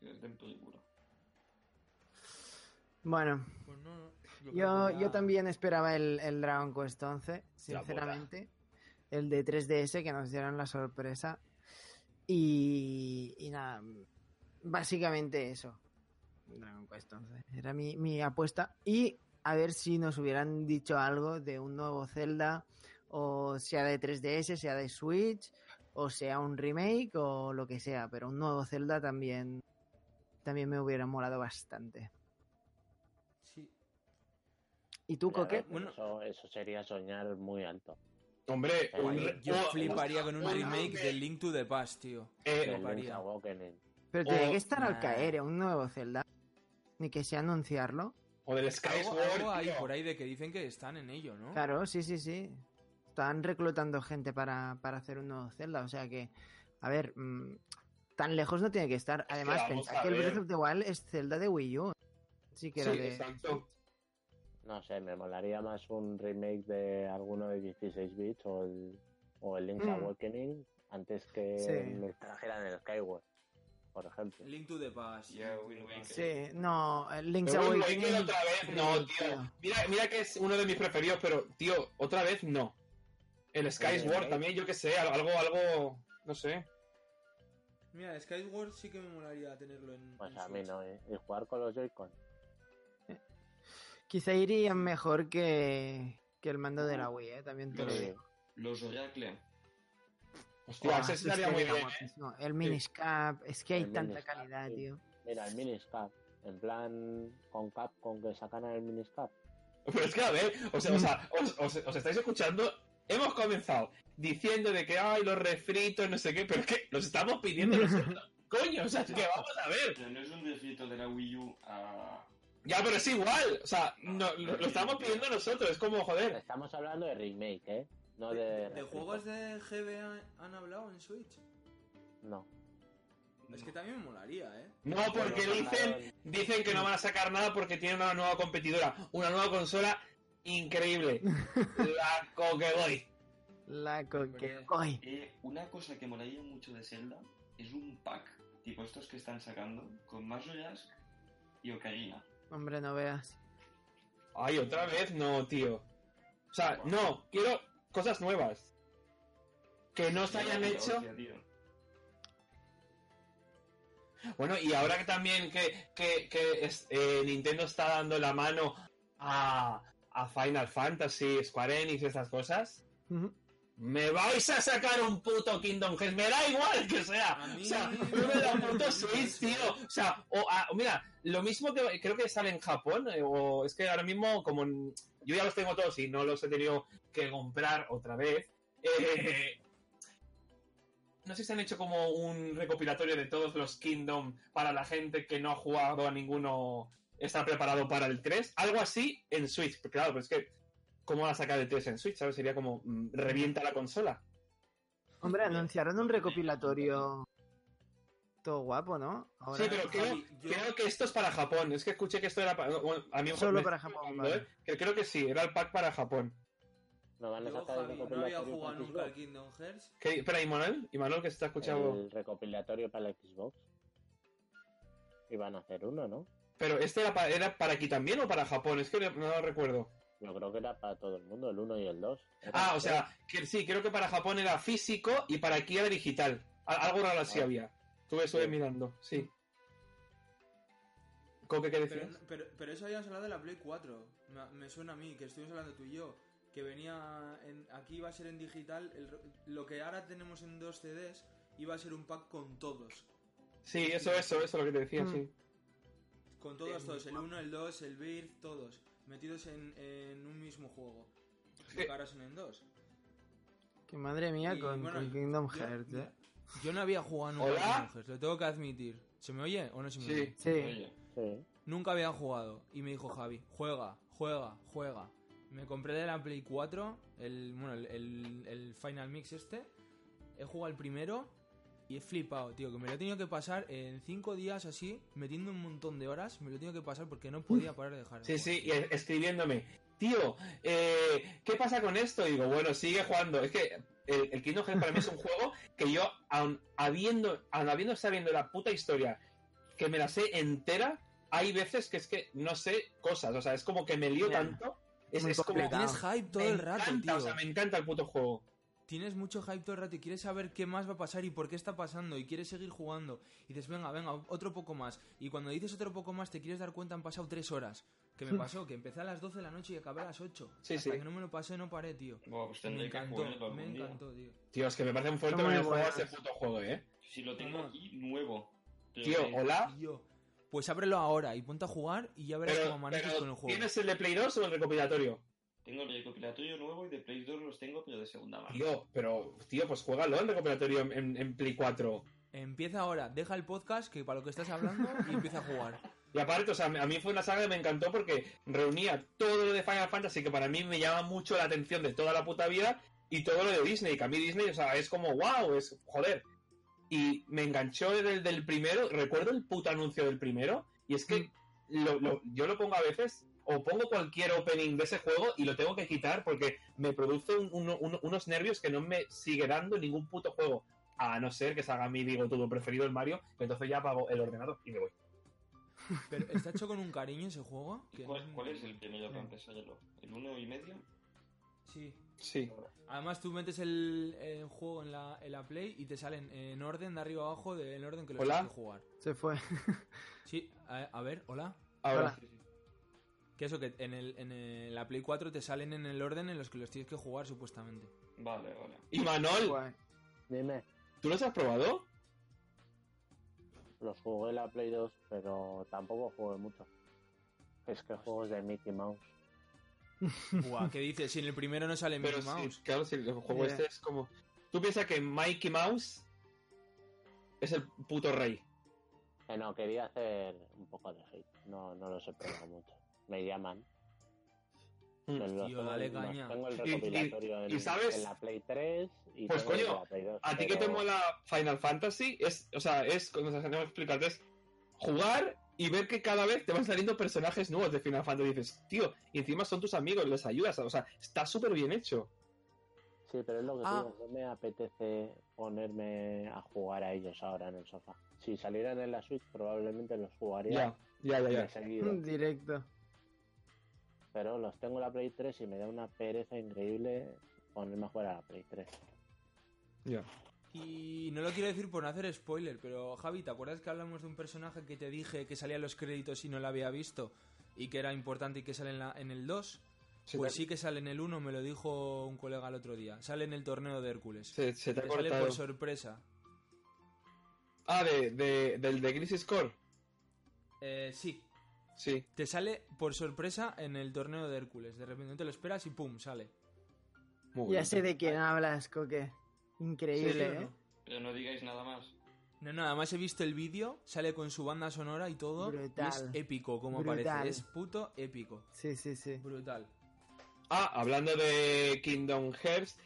S4: Es de película.
S2: Bueno,
S3: pues no, no. creo
S2: yo,
S3: que ya-
S2: yo también esperaba el, el Dragon Quest 11, sinceramente. El de 3DS que nos dieron la sorpresa. Y, y nada, básicamente eso. Dragon Quest 11. Era mi, mi apuesta. Y a ver si nos hubieran dicho algo de un nuevo Zelda, o sea de 3DS, sea de Switch, o sea un remake, o lo que sea. Pero un nuevo Zelda también, también me hubiera molado bastante.
S3: Sí.
S2: ¿Y tú,
S5: Ya ves,
S2: Coque?
S5: pero eso, eso sería soñar muy alto.
S1: Hombre,
S5: Yo
S1: un re-
S3: Eh, Yo
S1: o-
S3: fliparía con un
S1: o-
S3: remake
S1: hombre,
S3: de Link to the Past, tío.
S1: eh,
S5: El
S3: María.
S5: Link's Awakening.
S2: Pero
S1: O-
S2: tiene que estar al
S3: Nah.
S2: caer, ¿eh? un nuevo Zelda. Ni que sea anunciarlo.
S1: o del Skyward.
S3: Algo, algo hay
S1: tío.
S3: por ahí de que dicen que están en ello, ¿no?
S2: Claro, sí, sí, sí. Están reclutando gente para, para hacer un nuevo Zelda. O sea que, a ver, mm, tan lejos no tiene que estar. Además,
S1: vamos
S2: pensad
S1: a
S2: que el
S1: ver.
S2: Breath of the Wild es Zelda de Wii U. Sí, que era
S1: Sí,
S2: de.
S1: exacto.
S5: No sé, me molaría más un remake de alguno de 16 bits o el, o el Link's
S2: Mm.
S5: Awakening antes que
S2: Sí.
S5: nos trajeran el Skyward, por ejemplo.
S3: Link to the Past.
S4: Yeah,
S3: Link to
S4: we
S3: the
S4: make
S3: Past.
S4: it.
S2: Sí, no, el Link's
S1: Pero bueno,
S2: Awakening.
S1: Wicked otra vez, no, tío.
S2: tío.
S1: Mira, mira que es uno de mis preferidos, pero, tío, otra vez no. El Skyward
S5: Eh,
S1: también, yo que sé, algo, algo, no sé.
S3: Mira, Skyward sí que me molaría tenerlo en.
S5: Pues
S3: en
S5: a mí
S3: Switch.
S5: no, ¿eh? Y jugar con los Joy-Con.
S2: Quizá irían mejor que, que el mando de la Wii, ¿eh? También te lo
S4: Sí.
S2: digo.
S4: Los Oracle.
S1: Hostia,
S2: Buah,
S1: ese
S2: es
S1: estaría
S2: que
S1: muy
S2: era
S1: bien. ¿eh?
S2: guapísimo. El Miniscap, es que hay
S5: El
S2: tanta
S5: Miniscap,
S2: calidad,
S5: sí.
S2: tío.
S5: Mira, el Miniscap. En plan, con Capcom que sacan el Miniscap.
S1: Pero es que, a ver, o sea, o sea, os, os- os estáis escuchando, hemos comenzado diciendo de que, ay, los refritos, no sé qué, pero es que los estamos pidiendo nosotros. Coño, o sea, es que vamos a ver.
S4: Pero no es un refrito de la Wii U a...
S1: Ya, pero es igual. O sea, no- lo, lo estamos pidiendo nosotros. Es como, joder.
S5: Estamos hablando de remake, ¿eh? No de.
S3: ¿De, de
S5: refrito.
S3: juegos de GBA han hablado en Switch?
S5: No.
S3: Es
S1: Mm.
S3: que también me molaría, ¿eh?
S1: No, porque
S5: Pero
S1: dicen,
S5: sacaron-
S1: dicen que no van a sacar nada porque tienen una nueva competidora. Una nueva consola increíble. La coque voy.
S2: La Coque.
S3: Hombre.
S2: ¡Ay!
S4: Eh, una cosa que molaría mucho de Zelda es un pack, tipo estos que están sacando, con más joyas y Ocarina.
S2: Hombre, no veas.
S1: Ay, otra vez no, tío. O sea, no, quiero cosas nuevas. Que no se hayan hecho.
S4: Hostia, tío.
S1: Bueno, y ahora que también que, que, que es- eh, Nintendo está dando la mano a, a Final Fantasy, Square Enix, estas cosas,
S2: Ujú.
S1: ¿me vais a sacar un puto Kingdom Hearts? ¡Me da igual que
S3: A
S1: sea!
S3: mí-
S1: O sea, no me da un puto Switch, tío. O sea, o a- mira, lo mismo que creo que sale en Japón, eh, o es que ahora mismo, como en- yo ya los tengo todos y no los he tenido que comprar otra
S3: [LAUGHS]
S1: vez, eh, no sé si han hecho como un recopilatorio de todos los Kingdom para la gente que no ha jugado a ninguno, está preparado para el 3. Algo así en Switch. Porque claro, pues es que, ¿cómo van a sacar el 3 en Switch? ¿Sabes? Sería como, mm, revienta la consola.
S2: Hombre, anunciaron un recopilatorio. Todo guapo, ¿no? Ahora-
S1: sí, pero creo,
S3: Javi, yo-
S1: creo que esto es para Japón. Es que escuché que esto era para... bueno, a mí me-
S2: Solo
S1: me-
S2: para Japón,
S1: ¿eh?
S2: vale.
S1: Que creo que sí, era el pack para Japón.
S5: No van a
S3: Yo,
S5: sacar el
S3: Javi, no había
S5: recopilatorio
S3: jugado
S5: para
S3: nunca al
S5: Xbox.
S3: Kingdom Hearts.
S1: ¿Qué, espera, ¿y Manuel? ¿Y Manuel que está escuchando?
S5: El recopilatorio para la Xbox. Y van a hacer uno, ¿no?
S1: Pero este era para, era para aquí también o para Japón? Es que no, no lo recuerdo.
S5: Yo creo que era para todo el mundo, el 1 y el 2.
S1: Ah, o sea, que, sí, creo que para Japón era físico y para aquí era digital. Al- Algo raro así
S5: Ah.
S1: había. Estuve, estuve
S5: Sí.
S1: mirando, sí. ¿Coque qué
S3: Pero,
S1: decías?
S3: pero, pero eso habíamos hablado de la Play 4. Me, me suena a mí, que estuvimos hablando tú y yo. Que venía. en- aquí iba a ser en digital. el re- lo que ahora tenemos en dos CDs iba a ser un pack con todos.
S1: Sí, eso, eso, eso es lo que te decía,
S2: Mm.
S1: sí.
S3: Con todos,
S2: Sí,
S3: todos. El
S2: guapo.
S3: 1, el 2, el Birth, todos. Metidos en, en un mismo juego.
S1: Sí.
S3: Lo que ahora son en dos.
S2: Que madre mía,
S3: Y,
S2: con,
S3: bueno,
S2: con Kingdom
S3: yo-
S2: Hearts, ¿eh?
S3: Yo no había jugado nunca
S1: ¿Hola?
S3: al Kingdom Hearts, lo tengo que admitir. ¿Se me oye o no se me
S1: Sí.
S3: oye?
S2: Sí.
S4: Oye,
S5: Sí.
S3: Nunca había jugado. Y me dijo Javi, juega, juega, juega. Me compré de la Play 4, el, bueno, el, el- el Final Mix este. He jugado el primero y he flipado, tío. Que me lo he tenido que pasar en 5 días así, metiendo un montón de horas. Me lo he tenido que pasar porque no podía parar de dejar.
S1: Sí,
S3: de jugar,
S1: sí, y
S3: tío.
S1: e- escribiéndome, tío, eh, ¿qué pasa con esto? Y digo, bueno, sigue jugando. Es que el, el Kingdom Hearts para mí es
S2: [LAUGHS]
S1: un juego que yo, aun habiendo, aun habiendo sabiendo la puta historia, que me la sé entera, hay veces que es que no sé cosas. O sea, es como que me lío
S2: Ya.
S1: tanto. Es,
S2: Muy
S1: es como
S2: complicado.
S3: Tienes hype todo
S1: me
S3: el rato,
S1: encanta,
S3: tío.
S1: o sea, me encanta el puto juego.
S3: tienes mucho hype todo el rato y quieres saber qué más va a pasar y por qué está pasando y quieres seguir jugando y dices, venga, venga, otro poco más. Y cuando dices otro poco más te quieres dar cuenta, han pasado tres horas. Que me pasó, que empecé a las 12 de la noche y acabé a las 8.
S1: Sí,
S3: Hasta
S1: sí.
S3: que no me lo pasé, no paré, tío.
S4: bueno, pues
S3: Me
S4: tendré que jugarlo
S3: encantó,
S4: algún
S3: me
S4: día.
S3: encantó, tío.
S1: Tío, es que me parece un fuerte
S2: Son muy
S1: juego
S2: buenas.
S1: ese puto juego, eh.
S4: Si lo tengo
S3: Ajá.
S4: aquí nuevo. Pero
S1: Tío,
S4: que-
S1: hola.
S3: Y yo, pues ábrelo ahora y ponte a jugar y ya verás cómo
S1: Pero,
S3: amaneces
S1: pero,
S3: con el juego.
S1: ¿Tienes el de Play 2 o el recopilatorio?
S4: Tengo el recopilatorio nuevo y de Play 2 los tengo, pero de segunda
S3: Ah.
S4: mano.
S1: Tío, pero, tío, pues juégalo el recopilatorio en- en- en Play 4.
S3: Empieza ahora, deja el podcast que para lo que estás hablando y empieza a
S1: [LAUGHS]
S3: jugar.
S1: Y aparte, o sea, a mí fue una saga que me encantó porque reunía todo lo de Final Fantasy, que para mí me llama mucho la atención de toda la puta vida, y todo lo de Disney, que a mí Disney, o sea, es como, wow, es joder. Y me enganchó desde el del primero, recuerdo el puto anuncio del primero, y es que lo- lo- yo lo pongo a veces, o pongo cualquier opening de ese juego y lo tengo que quitar porque me produce un- uno- uno- unos nervios que no me sigue dando ningún puto juego. A no ser que salga mi digo todo preferido el Mario, que entonces ya apago el ordenador y me voy.
S3: Pero está hecho con un cariño ese juego.
S4: ¿Y
S3: que
S4: ¿Cuál,
S3: no-
S4: cuál es el primero para
S3: Sí.
S4: empezar? ¿El uno y medio?
S3: Sí.
S1: Sí.
S3: Además, tú metes el, el juego en la, en la Play y te salen en orden de arriba a abajo, de- en orden que lo
S1: Hola.
S3: tienes que jugar.
S2: Se fue.
S3: Sí, a, a ver, hola.
S1: Ahora,
S2: Hola.
S3: Que eso, que en, el, en el- la Play 4 te salen en el orden en los que los tienes que
S1: [LAUGHS]
S3: jugar, supuestamente.
S4: Vale, vale.
S1: y Manol,
S2: Guay.
S5: Dime,
S1: ¿tú los has probado?
S5: los jugué en la Play 2, pero tampoco jugué mucho. Es que juegos de Mickey Mouse.
S3: Buah, ¿qué dices? Si en el primero no sale Mickey
S1: sí,
S3: Mouse.
S1: claro, si el juego
S2: Ya.
S1: este es como. Tú piensas que Mikey Mouse es el puto rey.
S5: Eh, no, quería hacer un poco de hate. No, no los he probado mucho. Me llaman.
S1: Mm.
S5: Pero los
S3: Tío,
S5: Pues tengo-
S3: dale
S5: los
S3: caña.
S5: Tengo el
S1: Y- y-
S5: recopilatorio en,
S1: y sabes-
S5: en la Play 3 y
S1: Pues,
S5: tengo el de
S1: coño,
S5: la Play 2,
S1: A ti que
S5: pero
S1: te mola Final Fantasy, es, o sea, es, como se tenemos que explicarte, es jugar y ver que cada vez te van saliendo personajes nuevos de Final Fantasy. Y dices, tío, y encima son tus amigos, les ayudas, o sea, está súper bien hecho.
S5: Sí, pero es lo que te
S3: Ah.
S5: digo, no me apetece ponerme a jugar a ellos ahora en el sofá. Si salieran en la Switch probablemente los jugaría
S1: Ya, Mm. ya, ya,
S5: de
S1: ya.
S5: seguido.
S2: Directo.
S5: Pero los tengo en la Play 3 y me da una pereza increíble ponerme a jugar a la Play 3.
S1: Ya.
S3: Y no lo quiero decir por no hacer spoiler, pero Javi, ¿te acuerdas que hablamos de un personaje que te dije que salía en los créditos y no lo había visto? Y que era importante y que sale en, la- en el 2.
S1: Se
S3: pues
S1: te-
S3: sí que sale en el 1, me lo dijo un colega el otro día. Sale en el torneo de Hércules.
S1: Se, se te ha
S3: Que sale por
S1: cortado.
S3: sorpresa.
S1: Ah, de, de, del de Crisis Core.
S3: Eh, sí,
S1: Sí.
S3: te sale por sorpresa en el torneo de Hércules. De repente no te lo esperas y pum, sale.
S1: Muy
S2: Ya
S1: bueno.
S2: sé de quién hablas, Coque. Increíble,
S3: Sí,
S2: ¿eh?
S4: Pero no digáis nada más.
S3: No, no, además he visto el vídeo, sale con su banda sonora y todo. y es
S2: Brutal.
S3: épico como
S2: Brutal.
S3: parece. Es puto épico.
S2: Sí, sí, sí.
S3: Brutal.
S1: Ah, hablando de Kingdom Hearts,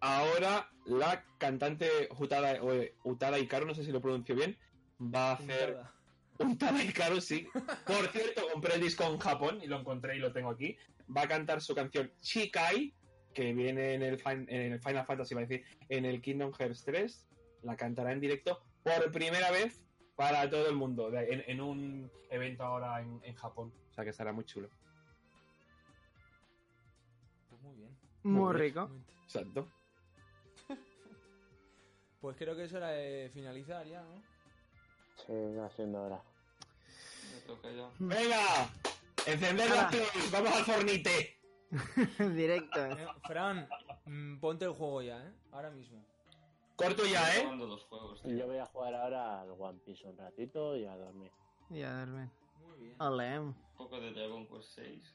S1: ahora la cantante Utada, o, eh, Utada Hikaru, no sé si lo pronuncio bien, va a hacer
S3: Puntada.
S1: Utada Hikaru, sí. Por cierto, compré el disco en Japón y lo encontré y lo tengo aquí. Va a cantar su canción Chikai, que viene en el, fin- en el Final Fantasy, va a decir, en el Kingdom Hearts 3. La cantará en directo por primera vez para todo el mundo, de- en, en un evento ahora en, en Japón. O sea que estará muy chulo.
S3: Pues muy bien.
S2: Muy
S1: Muy bien.
S2: rico. [LAUGHS]
S3: Muy int-
S1: Exacto.
S3: Pues creo que es hora de finalizar ya, ¿no?
S5: Sí, haciendo ahora.
S4: Me toca ya.
S1: ¡Venga! ¡Encender
S2: Ah.
S1: las play! ¡Vamos al fornite!
S2: Directo.
S3: Eh, Fran, mm, ponte el juego ya, ¿eh? Ahora mismo.
S1: Corto ya,
S4: Estoy
S1: ¿eh?
S4: jugando dos juegos, tío.
S5: Yo voy a jugar ahora al One Piece un ratito y a dormir.
S2: Y a dormir.
S3: Muy bien.
S2: Ole. em.
S4: Un poco de Dragon Quest 6.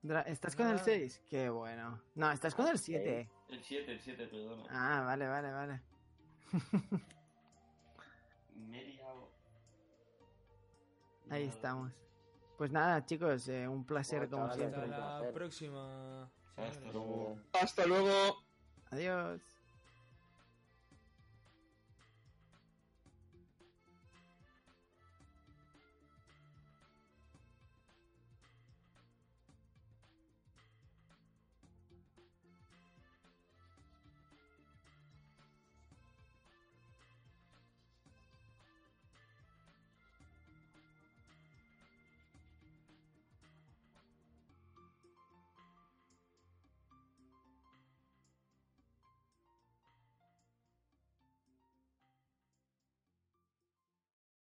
S2: Dra- ¿Estás con el
S3: Nada.
S2: 6? Qué bueno. No, estás con el 7.
S4: El 7, el 7, perdona.
S2: Ah, vale, vale, vale.
S4: Media hora.
S2: Ahí
S4: Nada.
S2: estamos. Pues nada, chicos, eh, un placer
S5: Bueno,
S2: como
S5: chavales,
S2: siempre.
S3: Hasta
S5: un
S3: la
S5: placer.
S3: próxima.
S4: Hasta
S3: señores.
S4: luego.
S1: Hasta luego.
S2: Adiós.